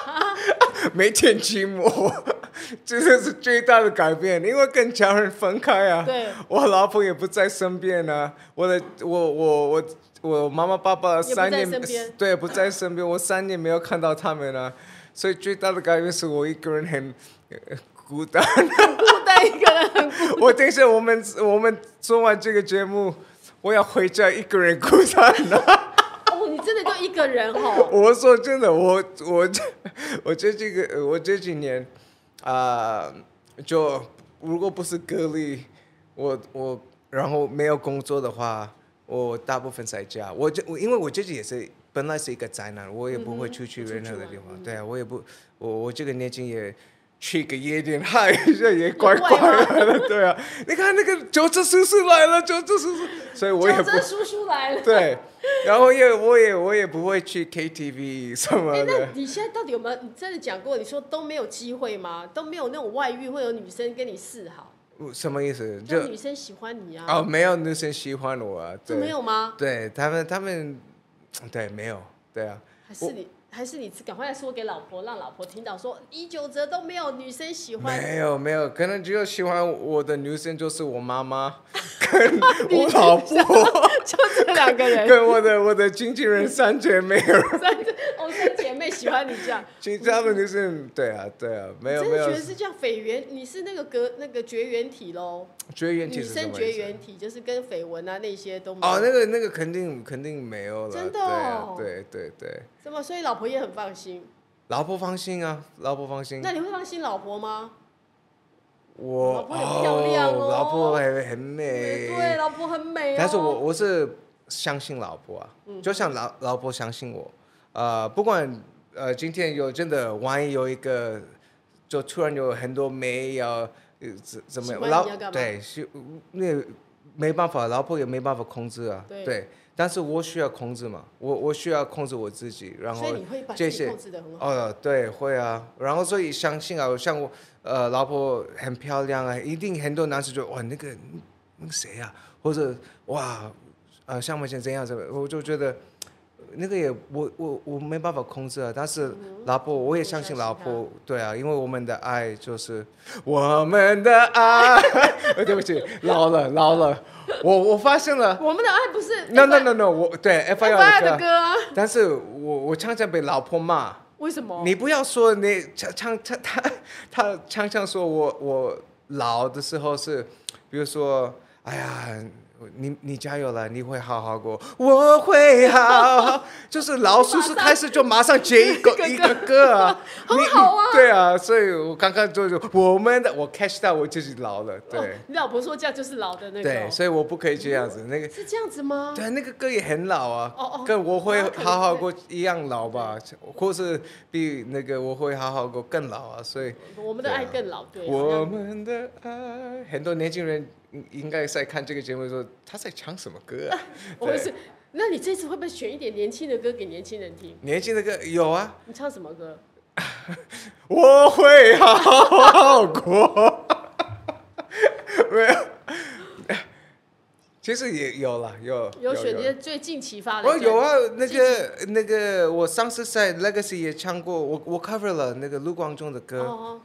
Speaker 1: 每天寂寞， 这就是最大的改变。因为跟家人分开啊，
Speaker 2: 对，
Speaker 1: 我老婆也不在身边啊，我的我我我我妈妈爸爸
Speaker 2: 也不
Speaker 1: 三
Speaker 2: 在
Speaker 1: 年
Speaker 2: 身边
Speaker 1: 对不在身边，我三年没有看到他们了、所以最大的改变是我一个人很、呃孤单。
Speaker 2: 孤单一个人很孤
Speaker 1: 我等一下我们我们做完这个节目，我要回家一个人孤单啊了、
Speaker 2: 哦，你真的就一个人哦。
Speaker 1: 我说真的，我我我这几个我这几年啊、就如果不是隔离，我我然后没有工作的话，我大部分在家。我这我因为我自己也是本来是一个宅男，我也不会出去
Speaker 2: 嗯不出
Speaker 1: 任
Speaker 2: 去
Speaker 1: 何的
Speaker 2: 玩
Speaker 1: 地方。
Speaker 2: 嗯
Speaker 1: 对啊，我也不我我这个年纪也。去个夜店嗨 一下也怪
Speaker 2: 怪
Speaker 1: 怪
Speaker 2: 吗
Speaker 1: 的， 对啊，你看那个九州叔叔来了，九州叔叔，所以 我也
Speaker 2: 九
Speaker 1: 不
Speaker 2: 真叔叔来了。
Speaker 1: 对，然后也我也我也不会去 KTV 什
Speaker 2: 哎、
Speaker 1: 么的
Speaker 2: 那。你现在到底有没有？你真的讲过，你说都没有机会吗？都没有那种外遇，会有女生跟你示好，
Speaker 1: 我什么意思？
Speaker 2: 就
Speaker 1: 就
Speaker 2: 女生喜欢你啊？
Speaker 1: 哦，没有女生喜欢我啊，
Speaker 2: 就
Speaker 1: 对，
Speaker 2: 没有吗？
Speaker 1: 对他们他们，对，没有，对啊，
Speaker 2: 还是你，还是你赶快说给老婆，让老婆听到说，一九折都没有女生喜欢你。
Speaker 1: 没有没有，可能只有喜欢我的女生就是我妈妈跟
Speaker 2: 你
Speaker 1: 我老
Speaker 2: 就
Speaker 1: 婆，
Speaker 2: 就这两 个人，
Speaker 1: 跟我的我的经纪人三姐妹儿，
Speaker 2: 三哦三姐妹喜欢你这样，
Speaker 1: 其他们就是对啊对啊，没有
Speaker 2: 真
Speaker 1: 没
Speaker 2: 的觉
Speaker 1: 有
Speaker 2: 得，是这样匪缘，你是那个隔那个绝缘体喽，
Speaker 1: 绝缘体
Speaker 2: 女
Speaker 1: 是什
Speaker 2: 生
Speaker 1: 么
Speaker 2: 绝
Speaker 1: 意思？
Speaker 2: 缘体就是跟绯闻啊那些都没有。
Speaker 1: 哦，那个那个肯定肯定没有了，
Speaker 2: 真的
Speaker 1: 对啊
Speaker 2: 哦
Speaker 1: 对对对，
Speaker 2: 怎么？所以老婆也很放心。
Speaker 1: 老婆放心啊，老婆放心。
Speaker 2: 那你会放心老婆吗？
Speaker 1: 我
Speaker 2: 老婆很漂亮哦嗯
Speaker 1: 老婆很很美。
Speaker 2: 对，老婆很美、哦。
Speaker 1: 但是我我是相信老婆啊，
Speaker 2: 嗯
Speaker 1: 就像老老婆相信我，呃，不管呃今天有真的万一有一个，就突然有很多妹要呃怎怎么
Speaker 2: 喜欢
Speaker 1: 样，
Speaker 2: 你要干
Speaker 1: 老
Speaker 2: 嘛
Speaker 1: 对是那没办法，老婆也没办法控制啊，
Speaker 2: 对
Speaker 1: 但是我需要控制嘛，我我需要控制我自己，然后
Speaker 2: 所以你会把
Speaker 1: 这
Speaker 2: 自己
Speaker 1: 些
Speaker 2: 控制的很好。
Speaker 1: 哦，对，会啊。然后所以相信啊，像我呃老婆很漂亮啊，一定很多男生就哇那个那个谁啊，或者哇呃像目前这样子，我就觉得呃那个也我我我没办法控制啊，但是老婆我也相信老婆，对啊，因为我们的爱就是我们的爱， 对不起，老了老了，我我发现了
Speaker 2: 我们的爱不是
Speaker 1: ，no no no no，我对 F I
Speaker 2: F.I.R.
Speaker 1: R
Speaker 2: 的
Speaker 1: 的
Speaker 2: 歌
Speaker 1: 歌，
Speaker 2: 啊，
Speaker 1: 但是我我常常被老婆骂，
Speaker 2: 为什么？哦
Speaker 1: 你不要说你常常常他他常常说我我老的时候是，比如说，哎呀，你你加油了，你会好好过，我会好好， 就是老叔叔开始就马上接 一个
Speaker 2: 一个
Speaker 1: 一个歌啊，
Speaker 2: 很
Speaker 1: 你
Speaker 2: 好啊
Speaker 1: 你对啊，所以我刚刚就是我们的我 catch 到我自己老了，
Speaker 2: 哦
Speaker 1: 对、
Speaker 2: 你老婆说这样就是老的那个
Speaker 1: 对，
Speaker 2: 哦，
Speaker 1: 所以我不可以这样子，那个
Speaker 2: 是这样子吗？
Speaker 1: 对，那个歌也很老啊，
Speaker 2: 哦哦
Speaker 1: 跟我会
Speaker 2: 那可能
Speaker 1: 好好过一样老吧，或是比那个我会好好过更老啊，所以
Speaker 2: 我们的爱更老，对，好
Speaker 1: 我嗯
Speaker 2: 像？
Speaker 1: 们的爱，很多年轻人应应该在看这个节目说他在唱什么歌啊
Speaker 2: 我们
Speaker 1: 对
Speaker 2: 是。那你这次会不会选一点年轻的歌给年轻人听？
Speaker 1: 年轻的歌有啊，
Speaker 2: 你唱什么歌？
Speaker 1: 我会好好过， 没有， 其实也有了，有
Speaker 2: 有选择最近期发的？
Speaker 1: 我有，啊，那个那个，我上次在 Legacy 也唱过，我我 cover 了那个卢广仲的
Speaker 2: 哦
Speaker 1: 歌，
Speaker 2: 哦，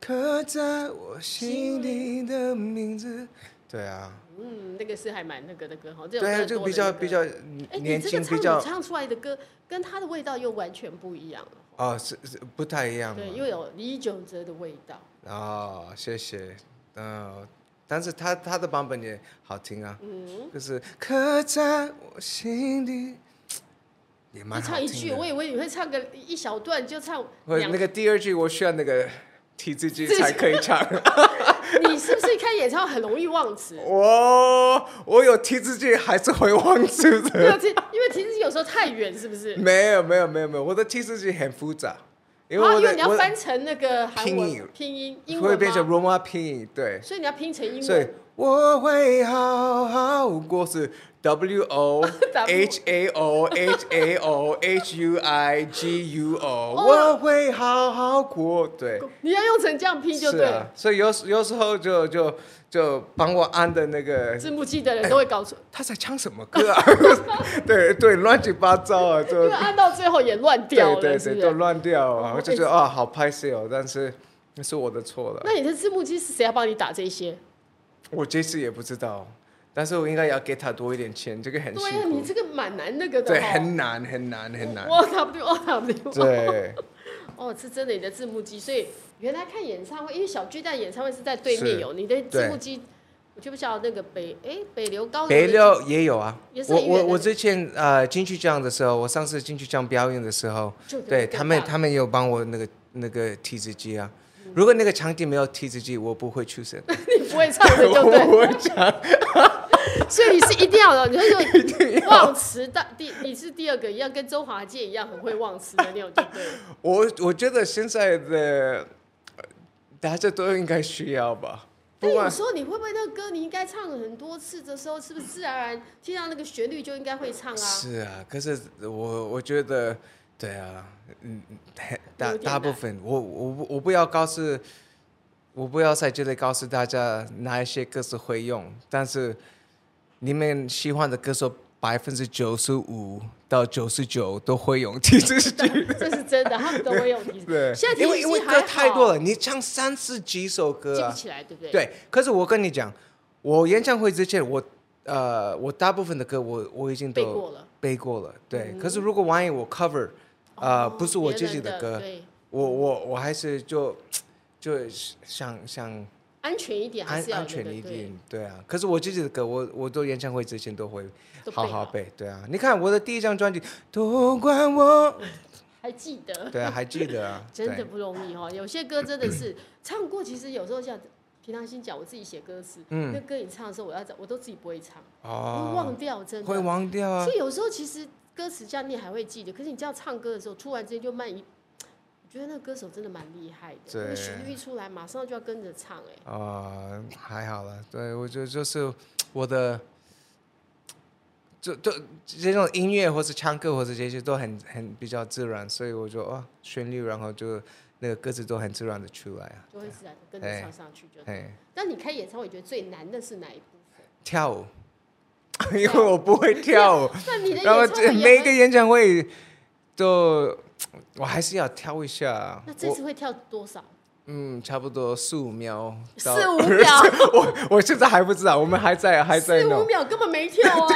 Speaker 1: 刻在我心里的名字。对啊，
Speaker 2: 嗯，那个是还蛮那个的歌哈，这种
Speaker 1: 对啊，
Speaker 2: 更
Speaker 1: 就
Speaker 2: 多
Speaker 1: 比
Speaker 2: 的
Speaker 1: 较
Speaker 2: 那个
Speaker 1: 比较
Speaker 2: 哎，你
Speaker 1: 年
Speaker 2: 这
Speaker 1: 轻，
Speaker 2: 个唱
Speaker 1: 比
Speaker 2: 你
Speaker 1: 较
Speaker 2: 唱出来的歌跟它的味道又完全不一样了。
Speaker 1: 哦，是是不太一样嘛
Speaker 2: 对，。又有李玖哲的味道。
Speaker 1: 哦，谢谢，嗯，但是他他的版本也好听啊，
Speaker 2: 嗯，
Speaker 1: 就是刻在我心里，也蛮
Speaker 2: 你
Speaker 1: 好
Speaker 2: 唱一
Speaker 1: 听
Speaker 2: 句，
Speaker 1: 的。
Speaker 2: 我以为你会唱个一小段，就唱
Speaker 1: 或者
Speaker 2: 两
Speaker 1: 那个第二句，我需要那个替自己
Speaker 2: 自己
Speaker 1: 才可以唱。？
Speaker 2: 你是不是看演唱会很容易忘词
Speaker 1: 我我有提自己，还是会忘记
Speaker 2: 没有
Speaker 1: 的。
Speaker 2: 听，因为其实有时候太远，是不是？
Speaker 1: 没有没有没有没有，我的提自己很复杂，因为
Speaker 2: 啊
Speaker 1: 我
Speaker 2: 因为
Speaker 1: 的
Speaker 2: 你要
Speaker 1: 我
Speaker 2: 翻
Speaker 1: 的
Speaker 2: 成那个韩
Speaker 1: 拼
Speaker 2: 文
Speaker 1: 音
Speaker 2: 拼音英
Speaker 1: 会
Speaker 2: 文
Speaker 1: 变成
Speaker 2: 吗？
Speaker 1: 罗马拼音，对，
Speaker 2: 所以你要拼成英
Speaker 1: 所以
Speaker 2: 文。
Speaker 1: 我会好好过是 W O H A O H A O H U I G U O，我
Speaker 2: 哦
Speaker 1: 会好好过，对。
Speaker 2: 你要用成这样拼就是对
Speaker 1: 啊
Speaker 2: 了，，
Speaker 1: 所以有时有时候就就就帮我按的那个
Speaker 2: 字幕机的人都会搞错，
Speaker 1: 他在唱什么歌啊？ 对对，乱七八糟啊，
Speaker 2: 因
Speaker 1: 就
Speaker 2: 为按到最后也乱掉
Speaker 1: 对对
Speaker 2: 了，是
Speaker 1: 对，
Speaker 2: 不
Speaker 1: 都
Speaker 2: 是？
Speaker 1: 乱掉啊！
Speaker 2: 哦
Speaker 1: 我就觉得啊，好拍戏哦，但是那是我的错了
Speaker 2: 那，你的字幕机是谁要帮你打这些？
Speaker 1: 我这次也不知道，但是我应该要给他多一点钱，这个很
Speaker 2: 对呀、啊
Speaker 1: 辛
Speaker 2: 你
Speaker 1: 苦，
Speaker 2: 这个蛮难那个的
Speaker 1: 对，
Speaker 2: 哦
Speaker 1: 很难很难很难，
Speaker 2: O W O W，
Speaker 1: 对，
Speaker 2: 哦，是真的，你的字幕机，所以原来看演唱会，因为小巨蛋演唱会是在对面哦
Speaker 1: 是
Speaker 2: 有你的字
Speaker 1: 对
Speaker 2: 幕机，我就不晓得那个北哎、北流高
Speaker 1: 北
Speaker 2: 流
Speaker 1: 流也有啊
Speaker 2: 也。是
Speaker 1: 我
Speaker 2: 很远
Speaker 1: 我
Speaker 2: 的
Speaker 1: 我之前呃进去这样的时候，我上次进去这样表演的时候，
Speaker 2: 就有
Speaker 1: 对
Speaker 2: 更
Speaker 1: 他们
Speaker 2: 大
Speaker 1: 他们有帮我那个那个提子机啊。如果那个场地没有提子机，我不会出声。
Speaker 2: 你不会唱的就
Speaker 1: 我
Speaker 2: 对，
Speaker 1: 不会唱。
Speaker 2: 所以你是一定要的，你会就忘词的第你是第二个一样，跟周华健一样很会忘词的那种，对不对了？
Speaker 1: 我我觉得现在的呃大家都应该需要吧，不
Speaker 2: 但有
Speaker 1: 管
Speaker 2: 时候你会不会那个歌你应该唱很多次的时候，是不是自然而然听到那个旋律就应该会唱啊？
Speaker 1: 是啊，可是我我觉得对啊，嗯，很大
Speaker 2: 有点
Speaker 1: 大部
Speaker 2: 难
Speaker 1: 分我我不我不要告诉，我不要在这里告诉大家哪一些歌手会用，但是你们喜欢的歌手百分之九十五到九十九都会用提示句。
Speaker 2: 这是真的，他们都会 用提示。
Speaker 1: 对，
Speaker 2: 现在提
Speaker 1: 因为
Speaker 2: 示
Speaker 1: 因
Speaker 2: 器
Speaker 1: 为
Speaker 2: 还
Speaker 1: 歌太多
Speaker 2: 好
Speaker 1: 了，你唱三四几首歌
Speaker 2: 记
Speaker 1: 啊
Speaker 2: 不，起来，对不对？
Speaker 1: 对，可是我跟你讲，我演唱会之前，我呃，我大部分的歌我我已经
Speaker 2: 背
Speaker 1: 都
Speaker 2: 过嗯了。
Speaker 1: 背过了，对。可是如果万一我 cover，呃，不是我自己
Speaker 2: 哦的
Speaker 1: 歌，
Speaker 2: 对，
Speaker 1: 我我我还是就就想想
Speaker 2: 安全一点还
Speaker 1: 安
Speaker 2: 是要有
Speaker 1: 安
Speaker 2: 那个
Speaker 1: 全一点，对啊。可是我自己的歌，我我都演唱会之前都会
Speaker 2: 对都
Speaker 1: 好
Speaker 2: 背
Speaker 1: 好
Speaker 2: 好，
Speaker 1: 背，对啊。你看我的第一张专辑，都怪我，
Speaker 2: 还记得，
Speaker 1: 对啊，还记得啊，
Speaker 2: 真的
Speaker 1: 对
Speaker 2: 不容易 哦。有些歌真的是唱过，其实有时候像平常心讲，我自己写歌词，
Speaker 1: 嗯
Speaker 2: 那歌你唱的时候，我要找我都自己不会唱，会
Speaker 1: 哦
Speaker 2: 忘，掉，真
Speaker 1: 会
Speaker 2: 的。
Speaker 1: 忘掉啊
Speaker 2: 所，以有时候其实歌词这样念还会记得，可是你这样唱歌的时候，突然之间就慢一。我觉得那个歌手真的蛮厉害的，
Speaker 1: 对
Speaker 2: 那个旋律一出来，马上就要跟着唱、哎，
Speaker 1: 啊、还好了。对，我觉得就是我的，就就这种音乐或是唱歌或者这些都很很比较自然，所以我就啊、哦、旋律，然后就那个歌词都很自然的出来啊。
Speaker 2: 就会自然地跟着
Speaker 1: 哎
Speaker 2: 唱上去就。
Speaker 1: 哎，
Speaker 2: 但你开演唱会，你觉得最难的是哪一部分？
Speaker 1: 跳舞， 因为我不会跳舞。
Speaker 2: 那你的演
Speaker 1: 然后
Speaker 2: 唱
Speaker 1: 这
Speaker 2: 会
Speaker 1: 每一个
Speaker 2: 也很
Speaker 1: 演唱会都，我还是要跳一下。啊
Speaker 2: 那这
Speaker 1: 我
Speaker 2: 次会跳多少？
Speaker 1: 嗯，差不多四五秒到。
Speaker 2: 四五秒，
Speaker 1: 我我现在还不知道，我们还在还在
Speaker 2: 四五
Speaker 1: 弄。
Speaker 2: 秒根本没 跳啊！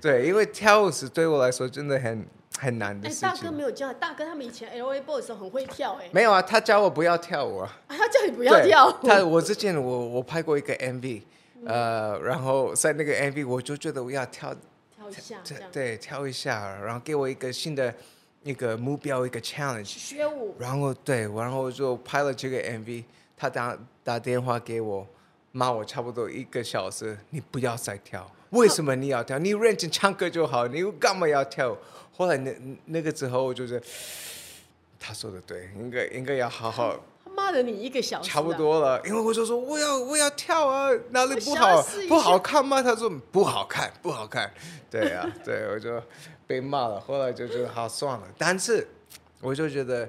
Speaker 1: 对，因为跳舞是对我来说真的很很难的
Speaker 2: 哎，
Speaker 1: 事
Speaker 2: 大哥
Speaker 1: 情。
Speaker 2: 没有教，大哥他们以前 L A Boys 很会跳，哎，
Speaker 1: 没有啊，他教我不要跳舞啊。
Speaker 2: 啊他叫你不
Speaker 1: 不
Speaker 2: 要跳舞，嗯
Speaker 1: 他我之前我我拍过一个 MV，呃，然后在那个 MV 我就觉得我要跳
Speaker 2: 跳一下这
Speaker 1: 对
Speaker 2: 样，
Speaker 1: 对，跳一下，然后给我一个新的一个目标，一个 challenge。
Speaker 2: 学舞，
Speaker 1: 然后对，然后就拍了这个 MV，他打打电话给我，骂我差不多一个小时，你不要再跳，为什么你要跳？你认真唱歌就好，你干嘛要跳？后来那那个之后，我就是他说的对，应该应该要好好，
Speaker 2: 他骂了你一个小时，啊
Speaker 1: 差不。多了，因为我就说我要我要跳啊，哪里不
Speaker 2: 我想要
Speaker 1: 好
Speaker 2: 试一下
Speaker 1: 不好看吗？他说不好看，不好看，对 啊，对我就被骂了，后来就觉得好算了，但是我就觉得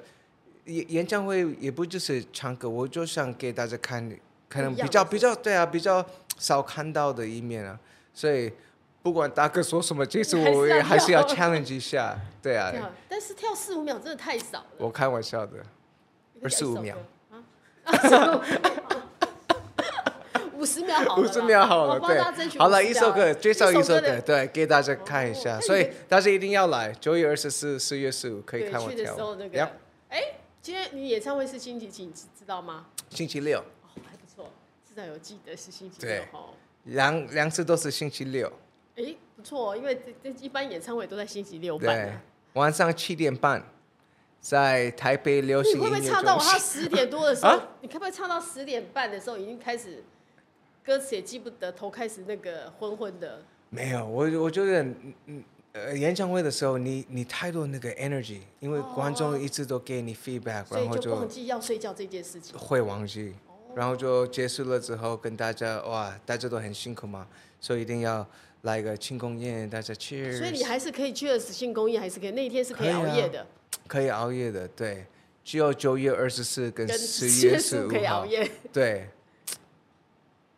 Speaker 1: 演演唱会也不就是唱歌，我就想给大家看，可能
Speaker 2: 不一样
Speaker 1: 比
Speaker 2: 的
Speaker 1: 较
Speaker 2: 风
Speaker 1: 比较对啊，比较少看到的一面啊，所以不管大哥说什么，这次
Speaker 2: 还是
Speaker 1: 我
Speaker 2: 要
Speaker 1: 也还是要
Speaker 2: 跳
Speaker 1: challenge 一下，对啊，
Speaker 2: 跳，但是跳四五秒真的太少了。
Speaker 1: 我开玩笑的，
Speaker 2: 你可以讲一
Speaker 1: 25
Speaker 2: 首
Speaker 1: 秒
Speaker 2: 歌啊，五十秒好了
Speaker 1: 五
Speaker 2: 啦，
Speaker 1: 十秒好
Speaker 2: 我
Speaker 1: 了，
Speaker 2: 帮
Speaker 1: 对
Speaker 2: 大家争取，
Speaker 1: 好
Speaker 2: 50
Speaker 1: 了，
Speaker 2: 秒
Speaker 1: 一首歌，介绍一首歌，
Speaker 2: 的
Speaker 1: 对，给大家看一
Speaker 2: 哦那
Speaker 1: 下，
Speaker 2: 你
Speaker 1: 所以
Speaker 2: 们
Speaker 1: 大家一定要来，九月二十四、四月十五可以
Speaker 2: 对，
Speaker 1: 看我
Speaker 2: 去的
Speaker 1: 跳
Speaker 2: 时候
Speaker 1: 舞
Speaker 2: 那。个
Speaker 1: Yep，，
Speaker 2: 哎，今天你演唱会是星期几，你知知道吗？
Speaker 1: 星期六，
Speaker 2: 哦，还不错，至少有记得是星期六
Speaker 1: 对
Speaker 2: 哦。
Speaker 1: 两两次都是星期六，
Speaker 2: 哎，不错哦，因为这这一般演唱会都在星期六办
Speaker 1: 对
Speaker 2: 啊。，
Speaker 1: 晚上七点半，在台北流
Speaker 2: 你
Speaker 1: 行
Speaker 2: 会不会
Speaker 1: 音乐
Speaker 2: 唱到
Speaker 1: 中
Speaker 2: 我到
Speaker 1: 心。
Speaker 2: 十点多的时候
Speaker 1: 啊？
Speaker 2: 你会不会唱到十点半的时候已经开始歌词也记不得，头开始那个昏昏的？
Speaker 1: 没有，我我觉得，嗯嗯，呃，演唱会的时候，你你太多那个 energy，因为
Speaker 2: 哦
Speaker 1: 观众一直都给你 feedback，
Speaker 2: 所
Speaker 1: 然
Speaker 2: 以
Speaker 1: 后
Speaker 2: 就
Speaker 1: 就
Speaker 2: 忘记要睡觉这件事情。
Speaker 1: 会忘记，然后就结束了之后跟大家哇，大家都很辛苦嘛，所以一定要来一个庆功宴，大家 cheers。
Speaker 2: 所以你还是可以去了死性公益，还是可以那一天是可以
Speaker 1: 可以啊
Speaker 2: 熬夜的，
Speaker 1: 可以熬夜的，对，只有九月二十四跟
Speaker 2: 跟
Speaker 1: 十月
Speaker 2: 10
Speaker 1: 十
Speaker 2: 15
Speaker 1: 五
Speaker 2: 可以熬
Speaker 1: 号，
Speaker 2: 夜，
Speaker 1: 对，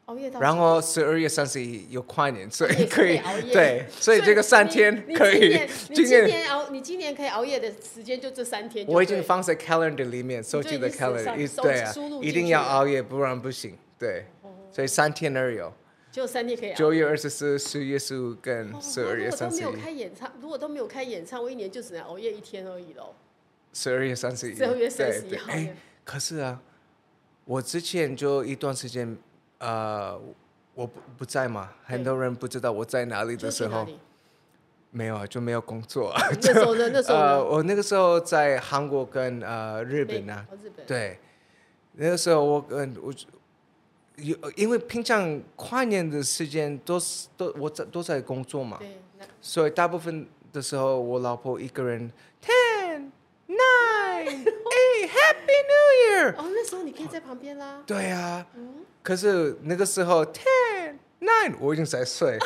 Speaker 2: 熬夜到
Speaker 1: 然后十二月三十一有跨年，所
Speaker 2: 也是
Speaker 1: 以
Speaker 2: 可
Speaker 1: 可
Speaker 2: 以
Speaker 1: 以
Speaker 2: 熬夜
Speaker 1: 对，所以这个三天
Speaker 2: 你
Speaker 1: 可
Speaker 2: 你
Speaker 1: 以
Speaker 2: 今年。你今年熬，你今年可以熬夜的时间就这三天就对。
Speaker 1: 我已经放在 calendar 里面，手机的
Speaker 2: 已经手上
Speaker 1: calendar，一
Speaker 2: 手
Speaker 1: 对啊
Speaker 2: 输入，进
Speaker 1: 一
Speaker 2: 去
Speaker 1: 定要
Speaker 2: 了
Speaker 1: 熬夜，不然不行。对，所以三天而已哦。
Speaker 2: 就三天可以熬。
Speaker 1: 九月二十四、十月十五跟
Speaker 2: 哦
Speaker 1: 十二月三十
Speaker 2: 如果
Speaker 1: 一
Speaker 2: 都没有。开演唱，如果都没有开演唱，我一年就只能熬夜一天而已喽。
Speaker 1: 十二月三十一，
Speaker 2: 12月31
Speaker 1: 对对
Speaker 2: 号
Speaker 1: 哎、可是啊，我之前就一段时间，呃，我不不在嘛，
Speaker 2: 对
Speaker 1: 很多人不知道我在哪里
Speaker 2: 你
Speaker 1: 的时候，
Speaker 2: 你
Speaker 1: 没有啊，就没有工作啊。
Speaker 2: 嗯那时候 呢？那时候
Speaker 1: 呃，
Speaker 2: 呢？
Speaker 1: 我那个时候在韩国跟呃日本啊，
Speaker 2: 美哦日本。
Speaker 1: 对，那个时候我跟我有，因为平常跨年的时间都是都我在都在工作嘛，
Speaker 2: 对，那
Speaker 1: 所以大部分的时候，我老婆一个人 ten nine eight Happy New Year。
Speaker 2: 哦，那时候你可以在旁边啦。
Speaker 1: 对啊，可是那个时候 ten nine 我已经在睡，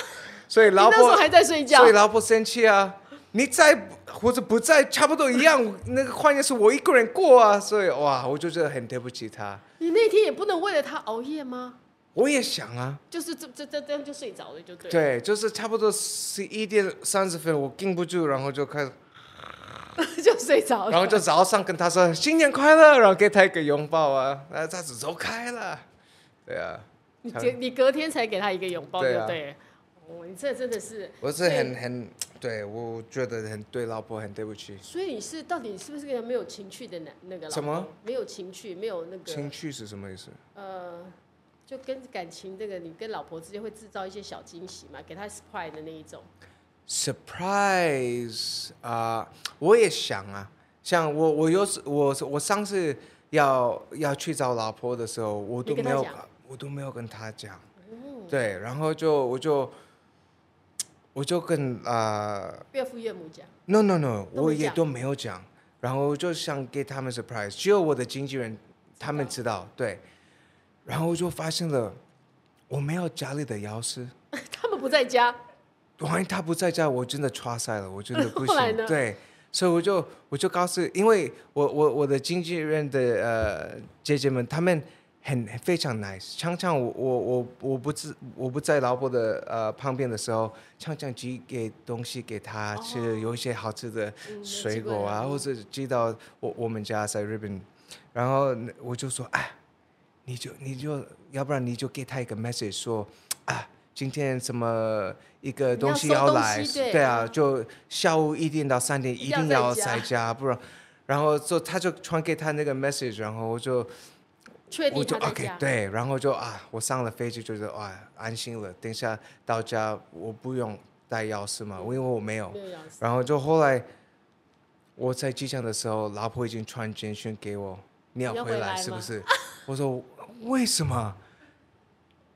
Speaker 1: 所以
Speaker 2: 你
Speaker 1: 老
Speaker 2: 那时候
Speaker 1: 婆
Speaker 2: 还在睡觉
Speaker 1: 所以。老婆生气啊。你在或者不在，差不多一样。那个跨年是我一个人过啊，所以哇，我就觉得很对不起她。
Speaker 2: 你那天也不能为了他熬夜吗？
Speaker 1: 我也想啊，
Speaker 2: 就是这这这这样就睡着了，就对了。
Speaker 1: 对，就是差不多十一点三十分，我禁不住，然后就开始
Speaker 2: 就睡着了。
Speaker 1: 然后就早上跟他说新年快乐，然后给他一个拥抱啊，那他只走开了，对啊，
Speaker 2: 你隔你隔天才给他一个拥抱，
Speaker 1: 对
Speaker 2: 对
Speaker 1: 啊
Speaker 2: 不对了？哦，你这真的是，
Speaker 1: 我是很很对我觉得很对老婆很对不起，
Speaker 2: 所以你是到底是不是个没有情趣的男那个老
Speaker 1: 什么
Speaker 2: 公？没有情趣，没有那
Speaker 1: 情
Speaker 2: 个
Speaker 1: 绪是什么意思？
Speaker 2: 呃，就跟感情这个，你跟老婆之间会制造一些小惊喜嘛，给她 surprise 的那一种。
Speaker 1: surprise 啊、我也想啊，像我我有时我我上次要要去找老婆的时候，我都
Speaker 2: 你跟
Speaker 1: 没
Speaker 2: 她
Speaker 1: 有
Speaker 2: 讲
Speaker 1: 我都没有跟她讲，
Speaker 2: 嗯，
Speaker 1: 对，然后就我就我就跟啊。
Speaker 2: 岳父岳母讲，
Speaker 1: No no no，
Speaker 2: 都没
Speaker 1: 我也
Speaker 2: 讲
Speaker 1: 都没有讲，然后我就想给他们 surprise，只有我的经纪人他们知道，对。然后我就发现了，我没有家里的钥匙，
Speaker 2: 他们不在家，
Speaker 1: 万一他不在家，我真的抓塞了，我真的不
Speaker 2: 后来
Speaker 1: 行
Speaker 2: 呢。
Speaker 1: 对，所以我就我就告诉，因为我我我的经纪人的呃姐姐们，他们很非常 nice。常常我我我我不知我不在老婆的呃旁边的时候，常常寄给东西给她吃，
Speaker 2: 哦
Speaker 1: 有一些好吃的
Speaker 2: 嗯
Speaker 1: 水果啊，
Speaker 2: 没机会了
Speaker 1: 或者寄到我我们家在日本，然后我就说哎，你就你就要不然你就给他一个 message 说啊，今天什么一个
Speaker 2: 你要
Speaker 1: 东西
Speaker 2: 收
Speaker 1: 要
Speaker 2: 东
Speaker 1: 来，
Speaker 2: 西对
Speaker 1: 啊，
Speaker 2: 嗯
Speaker 1: 就下午一点到三点
Speaker 2: 一
Speaker 1: 一
Speaker 2: 定要
Speaker 1: 定
Speaker 2: 在
Speaker 1: 要
Speaker 2: 家
Speaker 1: 在家，不然，然后就他就传给他那个 message，然后我就
Speaker 2: 确
Speaker 1: 我
Speaker 2: 定
Speaker 1: 就
Speaker 2: 他在
Speaker 1: OK
Speaker 2: 家，
Speaker 1: 对，然后就啊，我上了飞机就是啊安心了，等一下到家我不用带钥匙嘛，因为我没有，
Speaker 2: 没有钥匙，
Speaker 1: 然后就后来我在机场的时候，老婆已经传简讯给我，你要
Speaker 2: 你要
Speaker 1: 回
Speaker 2: 回来
Speaker 1: 来是
Speaker 2: 吗
Speaker 1: 不是？我说为什么？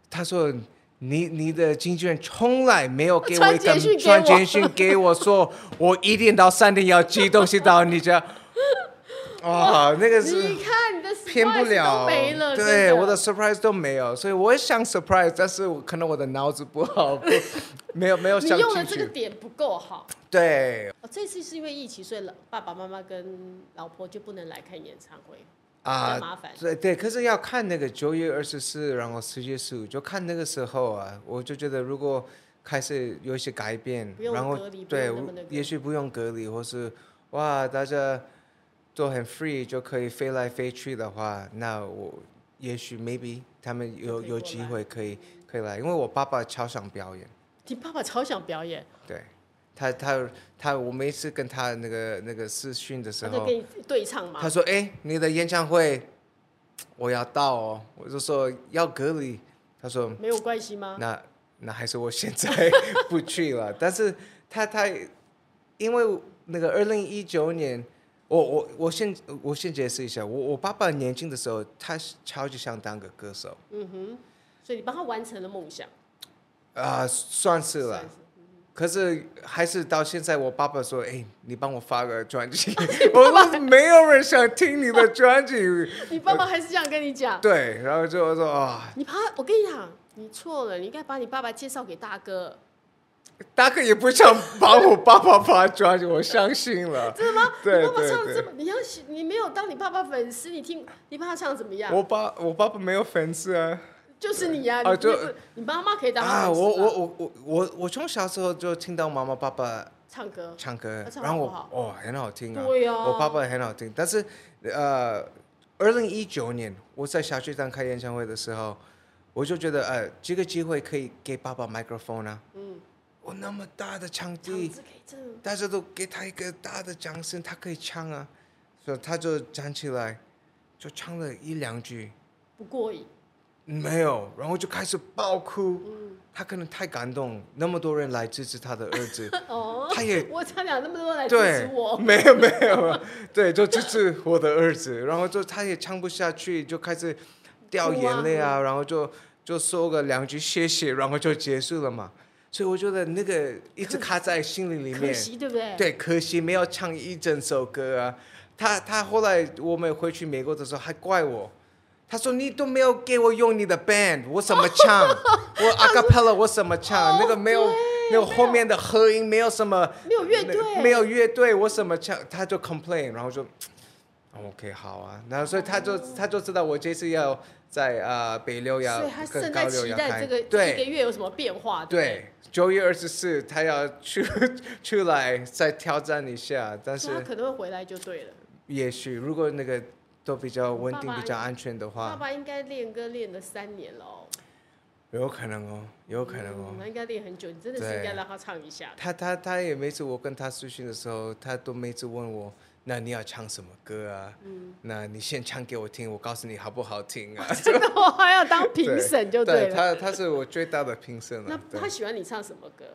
Speaker 1: 他说你你的经纪人从来没有给我一
Speaker 2: 传简讯
Speaker 1: 个
Speaker 2: 给
Speaker 1: 传
Speaker 2: 我
Speaker 1: 简讯给我说我一点到三点要寄东西到你家。哇，那个是
Speaker 2: 你看你的 surprise
Speaker 1: 骗不了，
Speaker 2: 都没了，真
Speaker 1: 对，我的 surprise 都没有，所以我也想 surprise，但是我可能我的脑子不好，不没有没有
Speaker 2: 你
Speaker 1: 想
Speaker 2: 用的
Speaker 1: 进
Speaker 2: 这个
Speaker 1: 去。
Speaker 2: 点不够好。
Speaker 1: 对，
Speaker 2: 哦，这次是因为疫情，所以老爸爸妈妈跟老婆就不能来看演唱会，比较麻
Speaker 1: 啊，
Speaker 2: 烦。
Speaker 1: 对对，可是要看那个九月二十四，然后十月十五，就看那个时候啊。我就觉得如果开始有一些改变
Speaker 2: 不，用
Speaker 1: 然后
Speaker 2: 隔离不
Speaker 1: 对
Speaker 2: 用那么那，个
Speaker 1: 也许不用隔离，或是哇，大家都很 free 就可以飞来飞去的话，那我也许 maybe 他们有
Speaker 2: 就可以
Speaker 1: 有
Speaker 2: 过
Speaker 1: 机
Speaker 2: 来
Speaker 1: 会可以可以来，因为我爸爸超想表演，
Speaker 2: 你爸爸超想表演，
Speaker 1: 对他他他，我每次跟他那个那个视讯的时
Speaker 2: 他
Speaker 1: 候
Speaker 2: 就，跟你对唱嘛
Speaker 1: 哦他。说：“哎、你的演唱会我要到哦。”我就说要隔离。他说
Speaker 2: 没有关系：“吗？
Speaker 1: 那那还是我现在不去了。”但是他他因为那个二零一九年，我我我先我先解释一下，我我爸爸年轻的时候，他是超级想当个歌手
Speaker 2: 嗯哼，所以你帮他完成了梦想，
Speaker 1: 啊、算是了
Speaker 2: 算。是
Speaker 1: 可是还是到现在，我爸爸说：“哎、你帮我发个专辑。”我说：“没有人想听你的专辑。
Speaker 2: 你爸爸还是这样跟你”讲，
Speaker 1: 对，然后就说：“啊、
Speaker 2: 你爸，我跟你讲，你错了，你应该把你爸爸介绍给大哥。
Speaker 1: 大哥也不想把我爸爸发抓住，我相信 了。真的吗？对
Speaker 2: 你爸爸唱
Speaker 1: 对
Speaker 2: 这
Speaker 1: 对。
Speaker 2: 么，你要是你没有当你爸爸粉丝，你听你爸爸唱怎么样？
Speaker 1: 我爸我爸爸没有粉丝啊
Speaker 2: 就是你
Speaker 1: 啊
Speaker 2: 呀、你
Speaker 1: 呃就
Speaker 2: 你不你妈妈可以当他
Speaker 1: 啊！
Speaker 2: 粉丝
Speaker 1: 我
Speaker 2: 吧
Speaker 1: 我我我我我从小时候就听到妈妈爸爸
Speaker 2: 唱歌，
Speaker 1: 唱歌
Speaker 2: 哦他，唱得
Speaker 1: 然后我
Speaker 2: 好不
Speaker 1: 哦很好听啊，
Speaker 2: 对呀、
Speaker 1: 我爸爸很好听，但是呃，二零一九年我在小巨蛋开演唱会的时候，我就觉得呃这个机会可以给爸爸麦克风啊，
Speaker 2: 嗯，
Speaker 1: 我那么大的场
Speaker 2: 唱
Speaker 1: 地，
Speaker 2: 可以这样
Speaker 1: 大家都给他一个大的掌声，他可以唱啊，所以他就站起来，就唱了一两句，
Speaker 2: 不过瘾，
Speaker 1: 没有，然后就开始爆哭。
Speaker 2: 嗯，
Speaker 1: 他可能太感动，那么多人来支持他的儿子，
Speaker 2: 哦，
Speaker 1: 他也
Speaker 2: 我差点那么多来支
Speaker 1: 对
Speaker 2: 持，我，
Speaker 1: 没有没有， 对，就支持我的儿子，然后就他也唱不下去，就开始掉眼泪啊，然后就就说个两句谢谢，然后就结束了嘛。所以我觉得那个一直卡在心里里
Speaker 2: 可
Speaker 1: 面，
Speaker 2: 惜对不对？，
Speaker 1: 对，可惜没有唱一整首歌啊。他他后来我们回去美国的时候还怪我，他说你都没有给我用你的 band，我怎么 唱？我 acapella 我怎么
Speaker 2: 哦
Speaker 1: 唱？那个没有那个后面的合音没有什么
Speaker 2: 没有乐
Speaker 1: 那
Speaker 2: 队，
Speaker 1: 没有乐队我怎么唱？他就 complain，然后就 OK 好啊，然后所以他就他就知道我这次要在啊、呃北流要
Speaker 2: 所以他
Speaker 1: 跟
Speaker 2: 正
Speaker 1: 高
Speaker 2: 在
Speaker 1: 流
Speaker 2: 期
Speaker 1: 要
Speaker 2: 待
Speaker 1: 开
Speaker 2: 这个一个
Speaker 1: 对。
Speaker 2: 月有什么变化，不
Speaker 1: 对，九月二十四他要 出出来再挑战一下，但
Speaker 2: 所以他
Speaker 1: 是
Speaker 2: 可能会回来就对了。
Speaker 1: 也许如果那个都比较稳定、
Speaker 2: 爸爸
Speaker 1: 比较安全的
Speaker 2: 爸
Speaker 1: 话，
Speaker 2: 爸应该练歌练了三年了哦，
Speaker 1: 有可能哦，有可能哦
Speaker 2: 嗯。他应该练很久，你真的是
Speaker 1: 对
Speaker 2: 应该让他唱一下。
Speaker 1: 他他他也每次我跟他私讯的时候，他都每次问我，那你要唱什么歌啊？
Speaker 2: 嗯，
Speaker 1: 那你先唱给我听，我告诉你好不好听啊？
Speaker 2: 真的，我还要当 评审就
Speaker 1: 对
Speaker 2: 了。
Speaker 1: 他，他是我最大的评审
Speaker 2: 那
Speaker 1: 了。对
Speaker 2: 他喜欢你唱什么歌？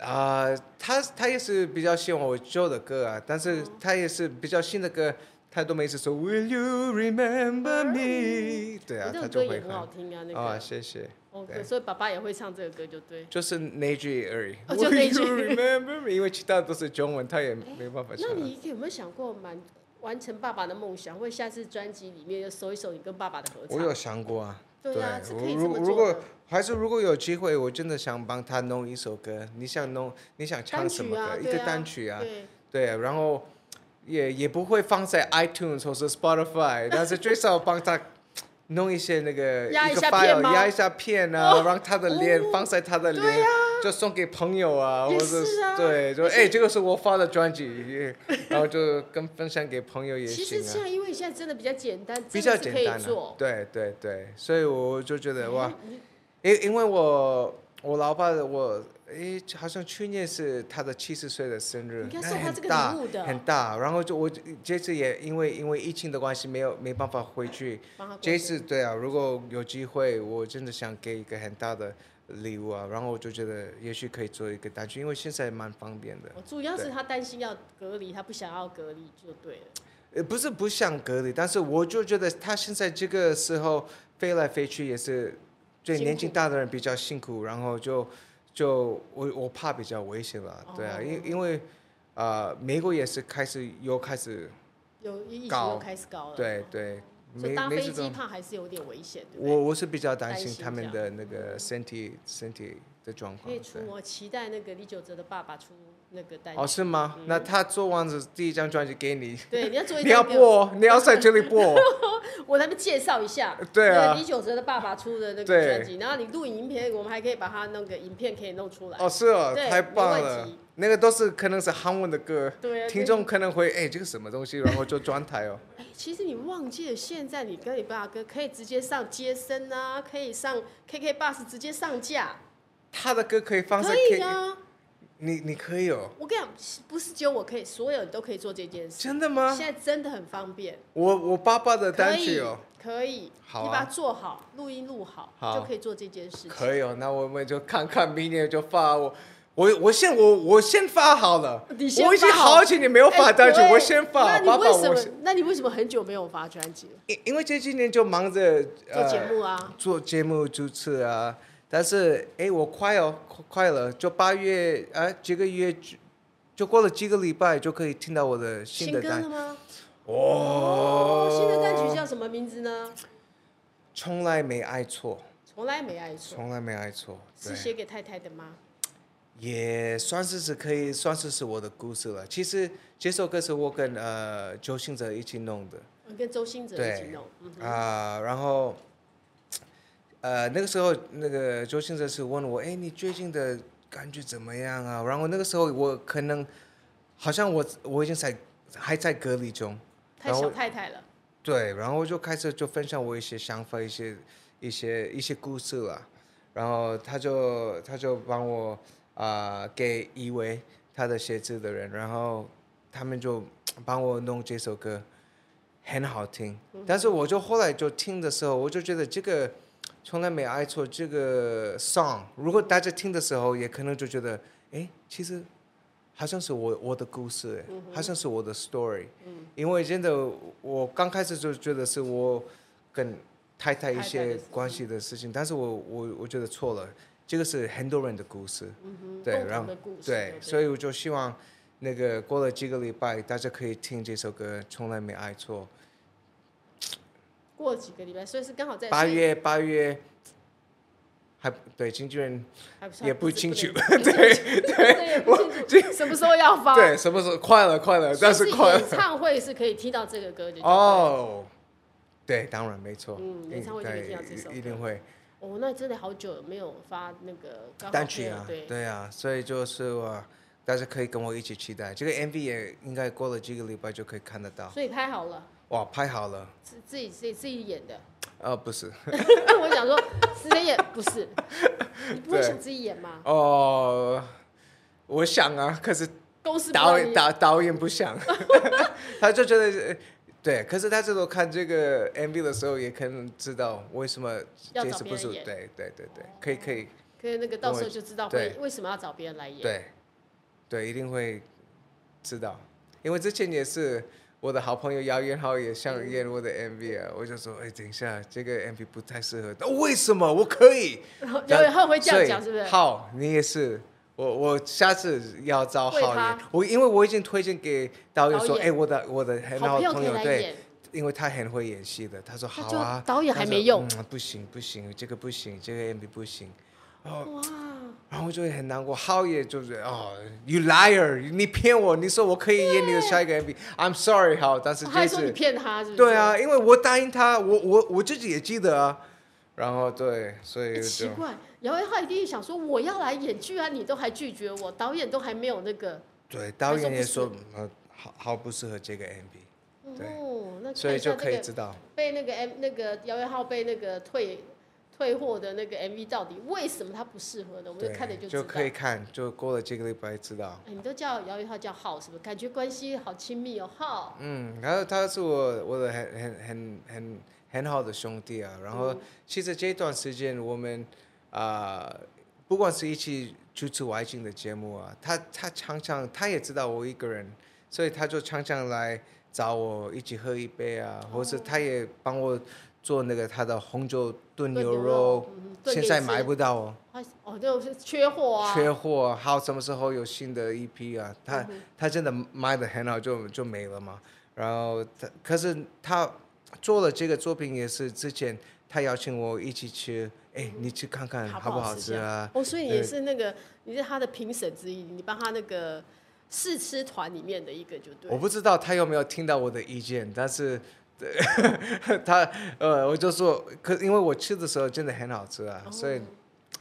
Speaker 1: 啊、他他也是比较喜欢我旧的歌啊，但是他也是比较新的歌，他都每次说 Will you remember me？对啊，
Speaker 2: 你
Speaker 1: 他
Speaker 2: 这首歌
Speaker 1: 就
Speaker 2: 也
Speaker 1: 会
Speaker 2: 很好
Speaker 1: 哼。
Speaker 2: 听啊，那
Speaker 1: 啊，
Speaker 2: 个。
Speaker 1: 谢谢，
Speaker 2: 哦，
Speaker 1: 对
Speaker 2: 所以爸爸也会唱这个歌就对。
Speaker 1: 就是那句而已。
Speaker 2: 哦就
Speaker 1: Will
Speaker 2: 那句
Speaker 1: you remember me？因为其他都是中文，他也没办法唱啊。
Speaker 2: 那你有没有想过满完成爸爸的梦想，或者下次专辑里面就搜一搜你跟爸爸的合
Speaker 1: 我
Speaker 2: 唱？
Speaker 1: 有想过啊，
Speaker 2: 对啊，是
Speaker 1: 我
Speaker 2: 可以这
Speaker 1: 如
Speaker 2: 么
Speaker 1: 如
Speaker 2: 做
Speaker 1: 果
Speaker 2: 的。
Speaker 1: 还是如果有机会，我真的想帮他弄一首歌。你想弄，你想唱
Speaker 2: 单
Speaker 1: 什
Speaker 2: 曲
Speaker 1: 么歌？
Speaker 2: 啊，
Speaker 1: 一
Speaker 2: 对
Speaker 1: 个
Speaker 2: 啊
Speaker 1: 单曲啊。
Speaker 2: 对，
Speaker 1: 对，然后 也也不会放在 iTunes 或是 Spotify，但是最少帮他弄一些那个
Speaker 2: 压
Speaker 1: 一
Speaker 2: 一
Speaker 1: 个
Speaker 2: 下片
Speaker 1: file
Speaker 2: 吗哦
Speaker 1: 压一下片啊，让他的脸放在他的
Speaker 2: 对啊
Speaker 1: 脸，就送给朋友啊，或
Speaker 2: 也
Speaker 1: 者
Speaker 2: 是啊
Speaker 1: 对，就
Speaker 2: 而且
Speaker 1: 哎，这个是我发的专辑，然后就跟分享给朋友也
Speaker 2: 其实
Speaker 1: 行
Speaker 2: 这
Speaker 1: 啊，
Speaker 2: 样，因为现在真的比较简单，
Speaker 1: 比
Speaker 2: 真
Speaker 1: 较
Speaker 2: 的是
Speaker 1: 简
Speaker 2: 可以
Speaker 1: 单啊
Speaker 2: 做，。
Speaker 1: 对对对，所以我就觉得哇
Speaker 2: 哎，，你
Speaker 1: 因因为我我老爸我诶，好像去年是他的七十岁的生日，
Speaker 2: 你应该
Speaker 1: 那
Speaker 2: 送他
Speaker 1: 很
Speaker 2: 这个
Speaker 1: 大
Speaker 2: 礼物的
Speaker 1: 很大。然后就我这次也因为因为疫情的关系，没有没办法回去。
Speaker 2: 帮他过
Speaker 1: 这
Speaker 2: 生
Speaker 1: 次
Speaker 2: 日
Speaker 1: 对啊，如果有机会，我真的想给一个很大的礼物啊。然后我就觉得也许可以做一个单曲，因为现在蛮方便的。
Speaker 2: 我哦主要是
Speaker 1: 对
Speaker 2: 他担心要隔离，他不想要隔离就对了。
Speaker 1: 呃，不是不想隔离，但是我就觉得他现在这个时候飞来飞去也是，对
Speaker 2: 辛苦
Speaker 1: 年纪大的人比较辛苦，然后就就我我怕比较危险了，对啊，
Speaker 2: 哦
Speaker 1: 因因为呃美国也是开始又开始，
Speaker 2: 有疫情
Speaker 1: 高
Speaker 2: 又开始高了，哦
Speaker 1: 对，对，
Speaker 2: 所以
Speaker 1: 没
Speaker 2: 搭
Speaker 1: 没
Speaker 2: 飞
Speaker 1: 这
Speaker 2: 机
Speaker 1: 种，
Speaker 2: 怕还是有点危险，对不
Speaker 1: 我
Speaker 2: 对？
Speaker 1: 我是比较担
Speaker 2: 担
Speaker 1: 心
Speaker 2: 心
Speaker 1: 他们
Speaker 2: 这
Speaker 1: 的那个身体身体的状
Speaker 2: 可
Speaker 1: 况
Speaker 2: 以，出，
Speaker 1: 对
Speaker 2: 我期待那个李玖哲的爸爸出那个单曲。
Speaker 1: 哦是吗？
Speaker 2: 嗯
Speaker 1: 那他做完这第一张专辑给你，
Speaker 2: 对，你要做一
Speaker 1: 你要
Speaker 2: 张给我，
Speaker 1: 播，你要在这里 播，
Speaker 2: 我来边介绍一下。
Speaker 1: 对啊
Speaker 2: 那个李玖哲的爸爸出的那个
Speaker 1: 对
Speaker 2: 专辑，然后你录影片，我们还可以把他那个影片可以弄出来。
Speaker 1: 哦是哦，
Speaker 2: 对
Speaker 1: 太
Speaker 2: 没
Speaker 1: 棒
Speaker 2: 问
Speaker 1: 了
Speaker 2: 题，
Speaker 1: 那个都是可能是韩文的歌。
Speaker 2: 对啊，
Speaker 1: 听众可能会哎、这个什么东西，然后就转台 哦。
Speaker 2: 哎，其实你忘记了，现在你跟你爸哥可以直接上接生啊，可以上 KK Bus 直接上架，
Speaker 1: 他的歌可以放在
Speaker 2: 可
Speaker 1: K，
Speaker 2: 以啊。
Speaker 1: 你你可以哦，
Speaker 2: 我跟你讲，不是只有我可以，所有人都可以做这件事。
Speaker 1: 真的吗
Speaker 2: 现？在真的很方便，
Speaker 1: 我我爸爸的
Speaker 2: 可
Speaker 1: 单曲
Speaker 2: 以
Speaker 1: 哦，
Speaker 2: 可以，
Speaker 1: 好啊
Speaker 2: 你把它做好，录音录好，
Speaker 1: 好
Speaker 2: 就可以做这件事情。
Speaker 1: 可以哦，那我们就看看明年就发我。我我先我我先发好了，
Speaker 2: 哦你先发
Speaker 1: 我已经
Speaker 2: 好
Speaker 1: 好几年没有发
Speaker 2: 哎
Speaker 1: 单曲，
Speaker 2: 对
Speaker 1: 我先发，
Speaker 2: 那
Speaker 1: 爸
Speaker 2: 你
Speaker 1: 爸
Speaker 2: 为什
Speaker 1: 我
Speaker 2: 么
Speaker 1: 先，？
Speaker 2: 那你为什么很久没有发专辑了？
Speaker 1: 因因为这几年就忙着
Speaker 2: 做节
Speaker 1: 呃
Speaker 2: 目啊，
Speaker 1: 做节目主持啊，但是哎，我快哦，快快了，就八月啊、这个月就就过了几个礼拜就可以听到我的新的
Speaker 2: 歌
Speaker 1: 单
Speaker 2: 了吗？
Speaker 1: 哦
Speaker 2: 哦，新的单曲叫什么名字呢？
Speaker 1: 从来没爱错，
Speaker 2: 从来没爱错，
Speaker 1: 从来没爱错，
Speaker 2: 是
Speaker 1: 对，
Speaker 2: 写给太太的吗？
Speaker 1: 也算是是可以算是是我的故事了。其实这首歌是我跟呃周星哲一起弄的
Speaker 2: 我嗯跟周星哲一起
Speaker 1: 对
Speaker 2: 弄，嗯哼，
Speaker 1: 啊、然后呃那个时候那个周星哲是问我，哎，你最近的感觉怎么样啊？然后那个时候我可能好像我我已经在还在隔离中，
Speaker 2: 太
Speaker 1: 然
Speaker 2: 小
Speaker 1: 后
Speaker 2: 太太了，
Speaker 1: 对，然后就开始就分享我一些想法、一些、一些、一些故事了。然后他就他就帮我啊、呃给一位他的写字的人，然后他们就帮我弄这首歌，很好听。
Speaker 2: 嗯
Speaker 1: 但是我就后来就听的时候，我就觉得这个从来没爱错这个 song。如果大家听的时候，也可能就觉得，哎，其实好像是我我的故事，
Speaker 2: 嗯
Speaker 1: 哎好像是我的 story。因为真的，我刚开始就觉得是我跟太太一
Speaker 2: 太太
Speaker 1: 些
Speaker 2: 的事情
Speaker 1: 关系的事情，但是我我我觉得错了，这个是很多人的故事，
Speaker 2: 嗯
Speaker 1: 对
Speaker 2: 共
Speaker 1: 然
Speaker 2: 同
Speaker 1: 后
Speaker 2: 的故事，
Speaker 1: 对，所以我就希望那个过了几个礼拜，大家可以听这首歌，从来没爱错。
Speaker 2: 过几个礼拜，所以是刚好在
Speaker 1: 八
Speaker 2: 所以
Speaker 1: 月八月，还对经纪人
Speaker 2: 还不
Speaker 1: 也不清楚，
Speaker 2: 对对，也不清楚什么时候要发。
Speaker 1: 对什么时候快了快了，但
Speaker 2: 所
Speaker 1: 是
Speaker 2: 以
Speaker 1: 快
Speaker 2: 演
Speaker 1: 了
Speaker 2: 唱会是可以听到这个歌的。
Speaker 1: 哦，对，当然没错，
Speaker 2: 嗯演唱会就会听到这首
Speaker 1: 对
Speaker 2: 歌
Speaker 1: 一定会。
Speaker 2: 哦，那真的好久没有发那个刚好
Speaker 1: 单曲
Speaker 2: 没有
Speaker 1: 啊，
Speaker 2: 对，
Speaker 1: 啊，所以就是我，大家可以跟我一起期待，这个 MV 也应该过了几个礼拜就可以看得到。
Speaker 2: 所以拍好了，
Speaker 1: 哇，拍好了，
Speaker 2: 自自己自己自己演的。
Speaker 1: 呃，不是，
Speaker 2: 我想说，自己演不是， 你不会
Speaker 1: 对
Speaker 2: 想自己演吗？
Speaker 1: 哦，我想啊，可是
Speaker 2: 公司不
Speaker 1: 导
Speaker 2: 让
Speaker 1: 演
Speaker 2: 你
Speaker 1: 导导演不想， 他就觉得，呃对，可是他这时候看这个 MV 的时候，也可能知道为什么
Speaker 2: 要
Speaker 1: 这
Speaker 2: 找
Speaker 1: 次
Speaker 2: 别
Speaker 1: 不
Speaker 2: 人
Speaker 1: 是，
Speaker 2: 演
Speaker 1: 对对对对，可以可以，
Speaker 2: 可以那个到时候就知道会
Speaker 1: 对
Speaker 2: 为什么要找别人来演。
Speaker 1: 对，对，一定会知道，因为之前也是我的好朋友姚元浩也想
Speaker 2: 嗯
Speaker 1: 演我的 MV 啊，我就说，哎，等一下，这个 MV 不太适合，哦为什么？我可以，
Speaker 2: 然后有后会这样
Speaker 1: 所以
Speaker 2: 讲，是不是？
Speaker 1: 好，你也是。我我下次要找
Speaker 2: 为
Speaker 1: 好
Speaker 2: 他
Speaker 1: 演，我因为我已经推荐给导演
Speaker 2: 导
Speaker 1: 说，
Speaker 2: 演
Speaker 1: 哎，我的我的很好
Speaker 2: 好
Speaker 1: 的
Speaker 2: 朋友
Speaker 1: 朋
Speaker 2: 可以
Speaker 1: 友
Speaker 2: 来
Speaker 1: 对，
Speaker 2: 演，
Speaker 1: 因为他很会演戏的，他说
Speaker 2: 那
Speaker 1: 好啊
Speaker 2: 就，导演
Speaker 1: 他
Speaker 2: 还
Speaker 1: 说
Speaker 2: 没用。
Speaker 1: 嗯，不行不行，这个不行，这个 MV 不行，
Speaker 2: 哇，
Speaker 1: 然后就很难过。浩也就是哦，you liar，你骗我，你说我可以演你的下一个 MV，I'm sorry，好，但是
Speaker 2: 他
Speaker 1: 这
Speaker 2: 还说
Speaker 1: 次
Speaker 2: 你骗他，是不是？
Speaker 1: 对啊，因为我答应他，我我我自己也记得啊。然后对，所
Speaker 2: 哎，
Speaker 1: 以就
Speaker 2: 奇怪，姚文浩一定想说我要来演，居然你都还拒绝我，导演都还没有那个。
Speaker 1: 对导演也
Speaker 2: 他
Speaker 1: 说，呃，好好不适合这个 MV，对
Speaker 2: 哦，那
Speaker 1: 所
Speaker 2: 看
Speaker 1: 以
Speaker 2: 一
Speaker 1: 就
Speaker 2: 下那
Speaker 1: 可以
Speaker 2: 个
Speaker 1: 知道。
Speaker 2: 被那个 M 那个姚元浩被那个退退货的那个 MV 到底为什么他不适合呢？我们就
Speaker 1: 对
Speaker 2: 看着，就知
Speaker 1: 就
Speaker 2: 道。
Speaker 1: 可以看，就过了这个礼拜知道。
Speaker 2: 哎，你都叫姚元浩叫浩是不是？感觉关系好亲密哦，浩。
Speaker 1: 嗯，然后他是我我的很很很很很好的兄弟啊。然
Speaker 2: 嗯
Speaker 1: 后其实这段时间我们啊、不管是一起主持外景的节目啊，他他常常他也知道我一个人，所以他就常常来找我一起喝一杯啊，或
Speaker 2: 哦
Speaker 1: 是他也帮我做那个他的红酒炖牛肉，，
Speaker 2: 嗯炖
Speaker 1: 现
Speaker 2: 给
Speaker 1: 在
Speaker 2: 你
Speaker 1: 买
Speaker 2: 吃
Speaker 1: 不到哦。
Speaker 2: 啊哦，就是缺货啊，
Speaker 1: 缺货，还有什么时候有新的一批啊？
Speaker 2: 嗯
Speaker 1: 他、他真的卖的很好，就就没了嘛。然后他，可是他做了这个作品也是之前他邀请我一起吃，哎，你去看看
Speaker 2: 好
Speaker 1: 好
Speaker 2: 不
Speaker 1: 不
Speaker 2: 好
Speaker 1: 好
Speaker 2: 吃
Speaker 1: 吃啊？
Speaker 2: 哦，所以你
Speaker 1: 对
Speaker 2: 也是那个，你是他的评审之一，你帮他那个试吃团里面的一个就对
Speaker 1: 我
Speaker 2: 了。
Speaker 1: 不知道他有没有听到我的意见，但是。 对他呃，我就说，可因为我吃的时候真的很好吃
Speaker 2: 哦
Speaker 1: 啊，所以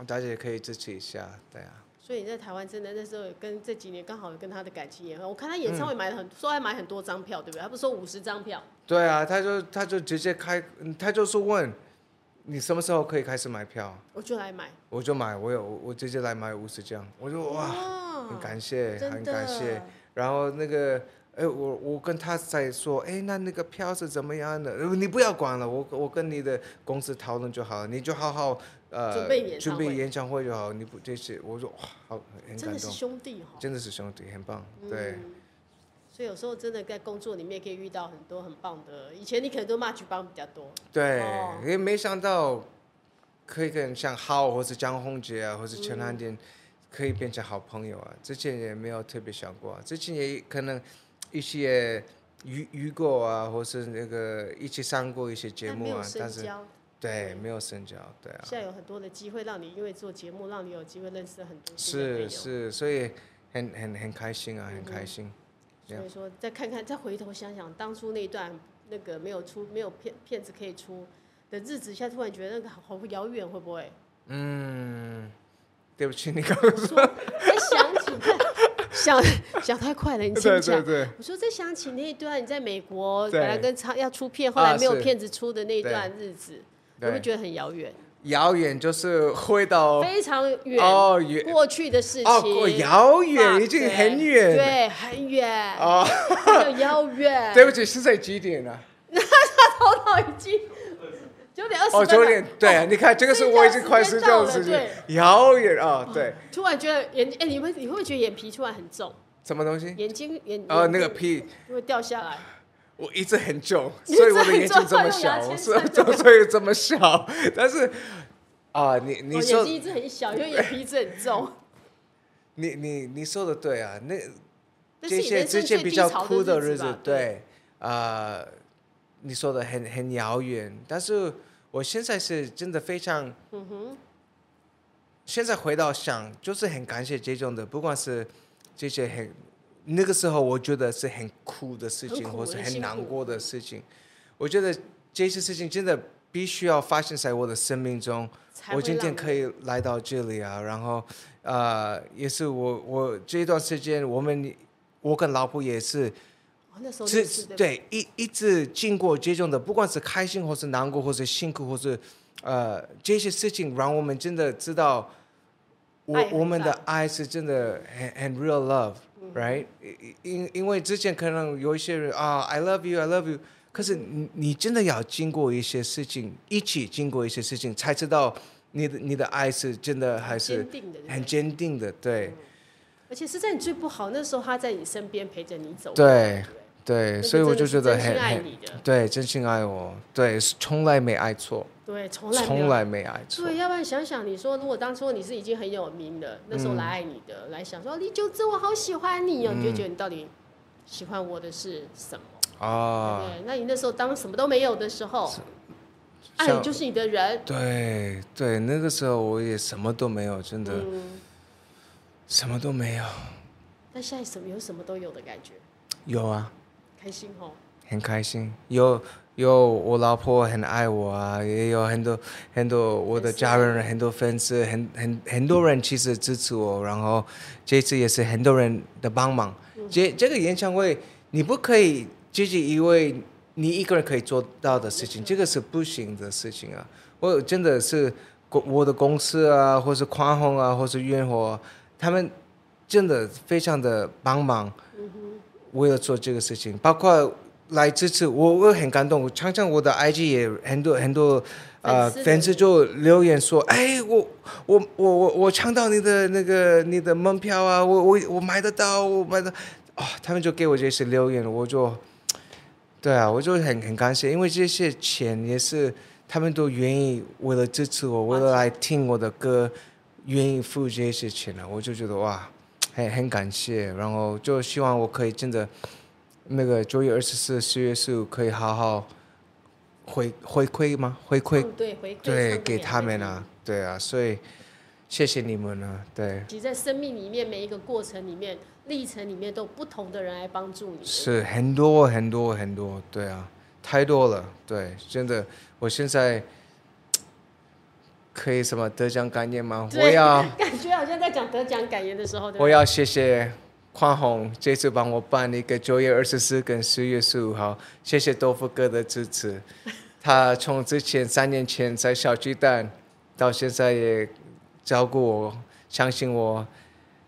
Speaker 1: 大家也可以支持一下，对啊。
Speaker 2: 所以你在台湾真的那时候有跟这几年刚好有跟他的感情也很好，我看他
Speaker 1: 嗯
Speaker 2: 演唱会买了很，说还买很多张票，对不对？他不是说五十张票，
Speaker 1: 对啊，他就他就直接开，嗯他就是问你什么时候可以开始买票，
Speaker 2: 我就来买。
Speaker 1: 我就买，我有我直接来买五十张，我就哇，很感谢，
Speaker 2: 真
Speaker 1: 很
Speaker 2: 的
Speaker 1: 感谢。然后那个，哎，我我跟他在说，哎，那那个票是怎么样的？呃你不要管了，我我跟你的公司讨论就好了，你就好好呃
Speaker 2: 准备演唱会
Speaker 1: 准备演唱会就好。你不这些，我说哇，好，很
Speaker 2: 真
Speaker 1: 感
Speaker 2: 的是
Speaker 1: 动，
Speaker 2: 兄弟哈、
Speaker 1: 真的是兄弟，很棒，对。
Speaker 2: 嗯所以有时候真的在工作里面可以遇到很多很棒的，以前你可能都骂举帮比较多，
Speaker 1: 对
Speaker 2: 哦，
Speaker 1: 因为没想到可以跟像浩或是江宏杰啊，或是陈
Speaker 2: 嗯
Speaker 1: 汉典可以变成好朋友啊。之前也没有特别想过啊、之前也可能一些遇遇过啊，或是那个一起上过一些节
Speaker 2: 但没
Speaker 1: 目
Speaker 2: 有
Speaker 1: 啊，
Speaker 2: 深
Speaker 1: 但是
Speaker 2: 交。
Speaker 1: 对没有深交，对啊，
Speaker 2: 现在有很多的机会让你因为做节目，让你有机会认识很多新的朋友
Speaker 1: 是是，所以很很很开心
Speaker 2: 嗯
Speaker 1: 啊，很开心。
Speaker 2: 所以说，再看看，再回头想想，当初那一段那个没有出、没有片片子可以出的日子，现在突然觉得那个好遥远，会不会？
Speaker 1: 嗯，对不起，你 刚
Speaker 2: 我说，再想起，想 想太快了，你听
Speaker 1: 对
Speaker 2: 不起
Speaker 1: 对
Speaker 2: 来。
Speaker 1: 对
Speaker 2: 我说，再想起那一段你在美国
Speaker 1: 对
Speaker 2: 本来跟唱要出片，后
Speaker 1: 啊
Speaker 2: 来没有
Speaker 1: 是
Speaker 2: 片子出的那一段日子，你会
Speaker 1: 对，
Speaker 2: 觉得很遥远，
Speaker 1: 遥远就是回到
Speaker 2: 非常远，
Speaker 1: 哦远
Speaker 2: 过去的事情。
Speaker 1: 哦，过遥
Speaker 2: 啊
Speaker 1: 远，已经很远。
Speaker 2: 对，对很远，
Speaker 1: 哦，
Speaker 2: 叫遥远。
Speaker 1: 对不起，是在几点啊？
Speaker 2: 头脑已经九点二十
Speaker 1: 哦，
Speaker 2: 分了
Speaker 1: 九点。对，你看这个是我已经快睡觉的时
Speaker 2: 睡觉时
Speaker 1: 间
Speaker 2: 间，
Speaker 1: 遥远啊，对，
Speaker 2: 突然觉得眼哎、你会你会不会觉得眼皮突然很重，
Speaker 1: 什么东西？
Speaker 2: 眼睛眼
Speaker 1: 哦，
Speaker 2: 眼
Speaker 1: 那个屁，
Speaker 2: 会掉下来，
Speaker 1: 我一直很重，
Speaker 2: 你
Speaker 1: 所以
Speaker 2: 一直
Speaker 1: 我的
Speaker 2: 很
Speaker 1: 眼睛
Speaker 2: 重
Speaker 1: 这么
Speaker 2: 用牙
Speaker 1: 小，
Speaker 2: 签
Speaker 1: 所以
Speaker 2: 算这
Speaker 1: 所以所以这么小，但是啊，你
Speaker 2: 我
Speaker 1: 你
Speaker 2: 眼
Speaker 1: 说
Speaker 2: 睛一直很小，因为眼皮一直很重。
Speaker 1: 你你你说的对啊，那这
Speaker 2: 这是你
Speaker 1: 些
Speaker 2: 人
Speaker 1: 之
Speaker 2: 生
Speaker 1: 前
Speaker 2: 最
Speaker 1: 比
Speaker 2: 低
Speaker 1: 较
Speaker 2: 潮
Speaker 1: 苦的
Speaker 2: 日
Speaker 1: 日
Speaker 2: 吧
Speaker 1: 子，，对，啊，你说的很很遥远，但是我现在是真的非常，嗯哼，现在回到想，就是很感谢这种的，不管是这些很那个时候我觉得是很苦的事
Speaker 2: 很
Speaker 1: 情，
Speaker 2: 苦
Speaker 1: 或是
Speaker 2: 很
Speaker 1: 很
Speaker 2: 辛
Speaker 1: 难
Speaker 2: 苦嗯
Speaker 1: 过的事情，我觉得这些事情真的必须要发生在我的生命中，
Speaker 2: 才
Speaker 1: 我
Speaker 2: 会
Speaker 1: 今天
Speaker 2: 让
Speaker 1: 可以来到这里啊，然后呃，也是我我这一段时间，我们我跟老婆也是，
Speaker 2: 哦那时候
Speaker 1: 是
Speaker 2: 就是对
Speaker 1: 对一一直经过这种的，不管是开心或是难过，或是辛苦，或是呃这些事情，让我们真的知道我
Speaker 2: 爱很嗯
Speaker 1: 我们的
Speaker 2: 大
Speaker 1: 爱是真的很很 real love，right？、因因因为之前可能有一些人啊，I love you，I love you，可是
Speaker 2: 嗯
Speaker 1: 你你真的要经过一些事情，一起经过一些事情，才知道你的你的爱是真的还是
Speaker 2: 坚定的，对不
Speaker 1: 很
Speaker 2: 对
Speaker 1: 坚定的，对
Speaker 2: 而且是在你最不好那时候，他在你身边陪着你走。
Speaker 1: 对
Speaker 2: 嗯不对
Speaker 1: 对，
Speaker 2: 那
Speaker 1: 所以
Speaker 2: 个
Speaker 1: 我
Speaker 2: 真
Speaker 1: 就
Speaker 2: 的
Speaker 1: 觉得
Speaker 2: 是真心
Speaker 1: 很
Speaker 2: 爱
Speaker 1: 很。
Speaker 2: 你的，
Speaker 1: 对，真心爱我，对，是从来没爱错，
Speaker 2: 对，从来没
Speaker 1: 从
Speaker 2: 有。
Speaker 1: 来没爱错
Speaker 2: 对，，要不然想想，你说如果当初你是已经很有名的，那时
Speaker 1: 嗯
Speaker 2: 候来爱你的，来想说李玖真我好喜欢你哦，你就觉得你到底喜欢我的是什么？
Speaker 1: 啊，
Speaker 2: 对，那你那时候当什么都没有的时候，爱
Speaker 1: 像
Speaker 2: 就是你的人，
Speaker 1: 对对，那个时候我也什么都没有，真的，
Speaker 2: 嗯，
Speaker 1: 什么都没有。
Speaker 2: 但现在什么有什么都有的感觉，
Speaker 1: 有啊，
Speaker 2: 开心哦。
Speaker 1: 很开心。有有，我老婆很爱我啊，也有很多很多我的家人、很多粉丝、很很很多人其实支持我。然后这次也是很多人的帮忙。这这个演唱会，你不可以自己以为你一个人可以做到的事情，这个是不行的事情啊。我真的是公我的公司啊，或是宽宏啊，或是运火、他们真的非常的帮忙，为了做这个事情，包括来支持我，我很感动。我常常我的 IG 也很多很多呃
Speaker 2: 粉丝
Speaker 1: 粉丝就留言说：“哎，我我我我我抢到你的那个你的门票啊，我我我买得到，我买得哦，他们就给我这些留言，我就对啊，我就很很感谢，因为这些钱也是他们都愿意为了支持我，
Speaker 2: 啊
Speaker 1: 为了来听我的歌，愿意付这些钱了、我就觉得哇，很很感谢，然后就希望我可以真的那个九月二十四、四月十五可以好好回回馈吗？回馈、
Speaker 2: 嗯对回馈
Speaker 1: 对
Speaker 2: 唱
Speaker 1: 给他们
Speaker 2: 两个
Speaker 1: 啊，对啊，所以谢谢你们啊，对，
Speaker 2: 其实，在生命里面每一个过程里面、历程里面，都有不同的人来帮助你。
Speaker 1: 是很多很多很多，对啊，太多了，对，真的，我现在可以什么得奖感言吗？啊我
Speaker 2: 对
Speaker 1: 要
Speaker 2: 感觉好像在讲得奖感言的时候，对不
Speaker 1: 我
Speaker 2: 对？
Speaker 1: 要谢谢匡宏这次帮我办一个九月二十四跟十月十五号，谢谢豆腐哥的支持。他从之前三年前在小巨蛋，到现在也照顾我，相信我。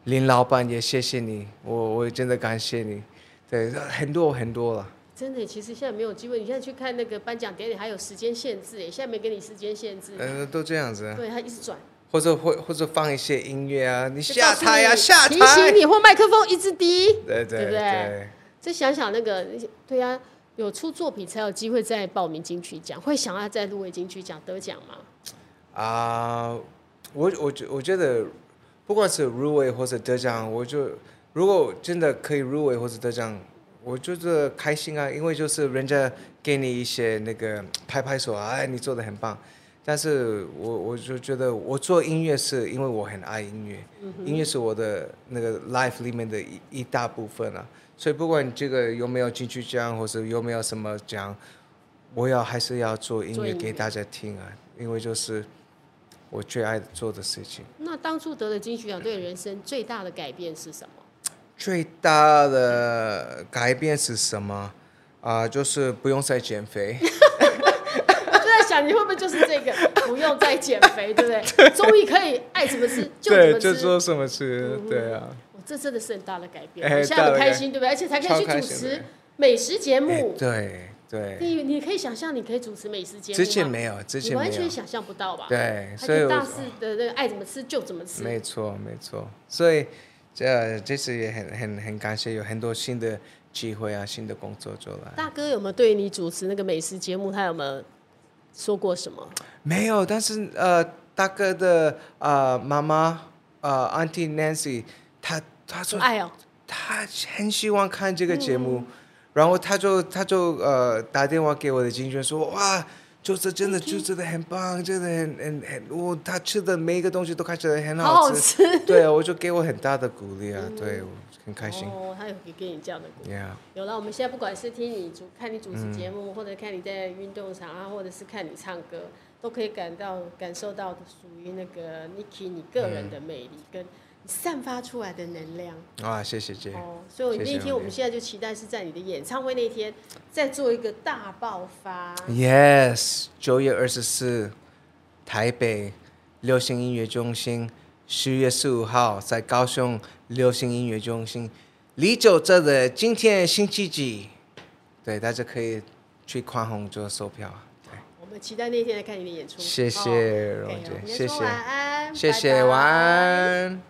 Speaker 1: 林老板也谢谢你，我我真的感谢你。对，很多很多了。
Speaker 2: 真的，其实现在没有机会。你现在去看那个颁奖典礼，还有时间限制，哎，现在没给你时间限制。
Speaker 1: 嗯、都这样子啊，
Speaker 2: 对他一直转，
Speaker 1: 或者会或者放一些音乐啊，你
Speaker 2: 就
Speaker 1: 下
Speaker 2: 告诉
Speaker 1: 台啊，
Speaker 2: 你
Speaker 1: 下
Speaker 2: 提醒
Speaker 1: 台。
Speaker 2: 你或麦克风一直低。
Speaker 1: 对
Speaker 2: 对不对
Speaker 1: 对，
Speaker 2: 再想想那个，对啊，有出作品才有机会再报名金曲奖，会想要再入围金曲奖得奖吗？
Speaker 1: 啊、我我觉我觉得，不管是入围或者得奖，我就如果真的可以入围或者得奖，我觉得开心啊，因为就是人家给你一些那个拍拍手啊，哎，你做的很棒。但是我我就觉得我做音乐是因为我很爱音乐，音乐是我的那个 life 里面的一一大部分啊。所以不管这个有没有金曲奖，或者有没有什么奖，我要还是要做音
Speaker 2: 做
Speaker 1: 乐
Speaker 2: 音
Speaker 1: 给
Speaker 2: 乐
Speaker 1: 大家听啊，因为就是我最爱做的事情。
Speaker 2: 那当初得了金曲奖，对人生最大的改变是什么？
Speaker 1: 最大的改变是什么？啊、就是不用再减肥。
Speaker 2: 我就在想，你会不会就是这个，不用再减肥，对不对？终于可以爱怎么吃 就怎
Speaker 1: 对，
Speaker 2: 么
Speaker 1: 就
Speaker 2: 吃。
Speaker 1: 做什么吃，
Speaker 2: 嗯
Speaker 1: 对啊，
Speaker 2: 我这真的是很大的改变，
Speaker 1: 哎
Speaker 2: 我现
Speaker 1: 大
Speaker 2: 在很
Speaker 1: 的
Speaker 2: 开
Speaker 1: 改
Speaker 2: 心，对不对？而且才可以
Speaker 1: 超
Speaker 2: 去
Speaker 1: 开
Speaker 2: 主
Speaker 1: 心
Speaker 2: 持
Speaker 1: 的
Speaker 2: 美食节
Speaker 1: 哎
Speaker 2: 目。
Speaker 1: 对对，
Speaker 2: 你你可以想象，你可以主持美食节目
Speaker 1: 之
Speaker 2: 吗
Speaker 1: 前没有，之
Speaker 2: 你
Speaker 1: 前没
Speaker 2: 完全
Speaker 1: 有，
Speaker 2: 想象不到吧？
Speaker 1: 对，
Speaker 2: 他
Speaker 1: 所以
Speaker 2: 就
Speaker 1: 我
Speaker 2: 大肆的那个爱怎么吃就怎么吃，
Speaker 1: 没错没错，所以这这次也很很很感谢有很多新的机会啊，新的工作做来。
Speaker 2: 大哥有没有对你主持那个美食节目，他有没有说过什么？
Speaker 1: 没有，但是呃，大哥的呃妈妈呃 Auntie Nancy，她她说
Speaker 2: 爱哦，
Speaker 1: 他很喜欢看这个节
Speaker 2: 嗯
Speaker 1: 目，然后他就他就呃打电话给我的经纪人说，哇，就是真的就真的很棒，真的很很很，我、他吃的每一个东西都看起来很
Speaker 2: 好好
Speaker 1: 吃，
Speaker 2: 吃。嗯
Speaker 1: 对啊，我就给我很大的鼓励啊，对我很开心、
Speaker 2: 哦，他有给给你这样的鼓励。
Speaker 1: y e a h
Speaker 2: 有了，我们现在不管是听你主看你主持节
Speaker 1: 嗯
Speaker 2: 目，或者看你在运动场啊，或者是看你唱歌，都可以感到感受到属于那个 Niki 你个人的魅力、跟你散发出来的能量。
Speaker 1: 啊，谢谢姐，
Speaker 2: 哦，所以我
Speaker 1: 谢谢
Speaker 2: 那天
Speaker 1: 王
Speaker 2: 我们现在就期待是在你的演唱会那天再做一个大爆发。
Speaker 1: 嗯 Yes，九月二十四，台北流行音乐中心；十月十五号在高雄流行音乐中心。李九这的今天星期几？对，大家可以去宽宏做售票。对，
Speaker 2: 我们期待那天来看你的演出。
Speaker 1: 谢
Speaker 2: 哦
Speaker 1: 谢
Speaker 2: ，OK，
Speaker 1: 荣姐
Speaker 2: 我们，先
Speaker 1: 谢
Speaker 2: 说
Speaker 1: 谢
Speaker 2: 晚，安，
Speaker 1: 谢
Speaker 2: 拜
Speaker 1: 谢，
Speaker 2: 拜
Speaker 1: 晚安。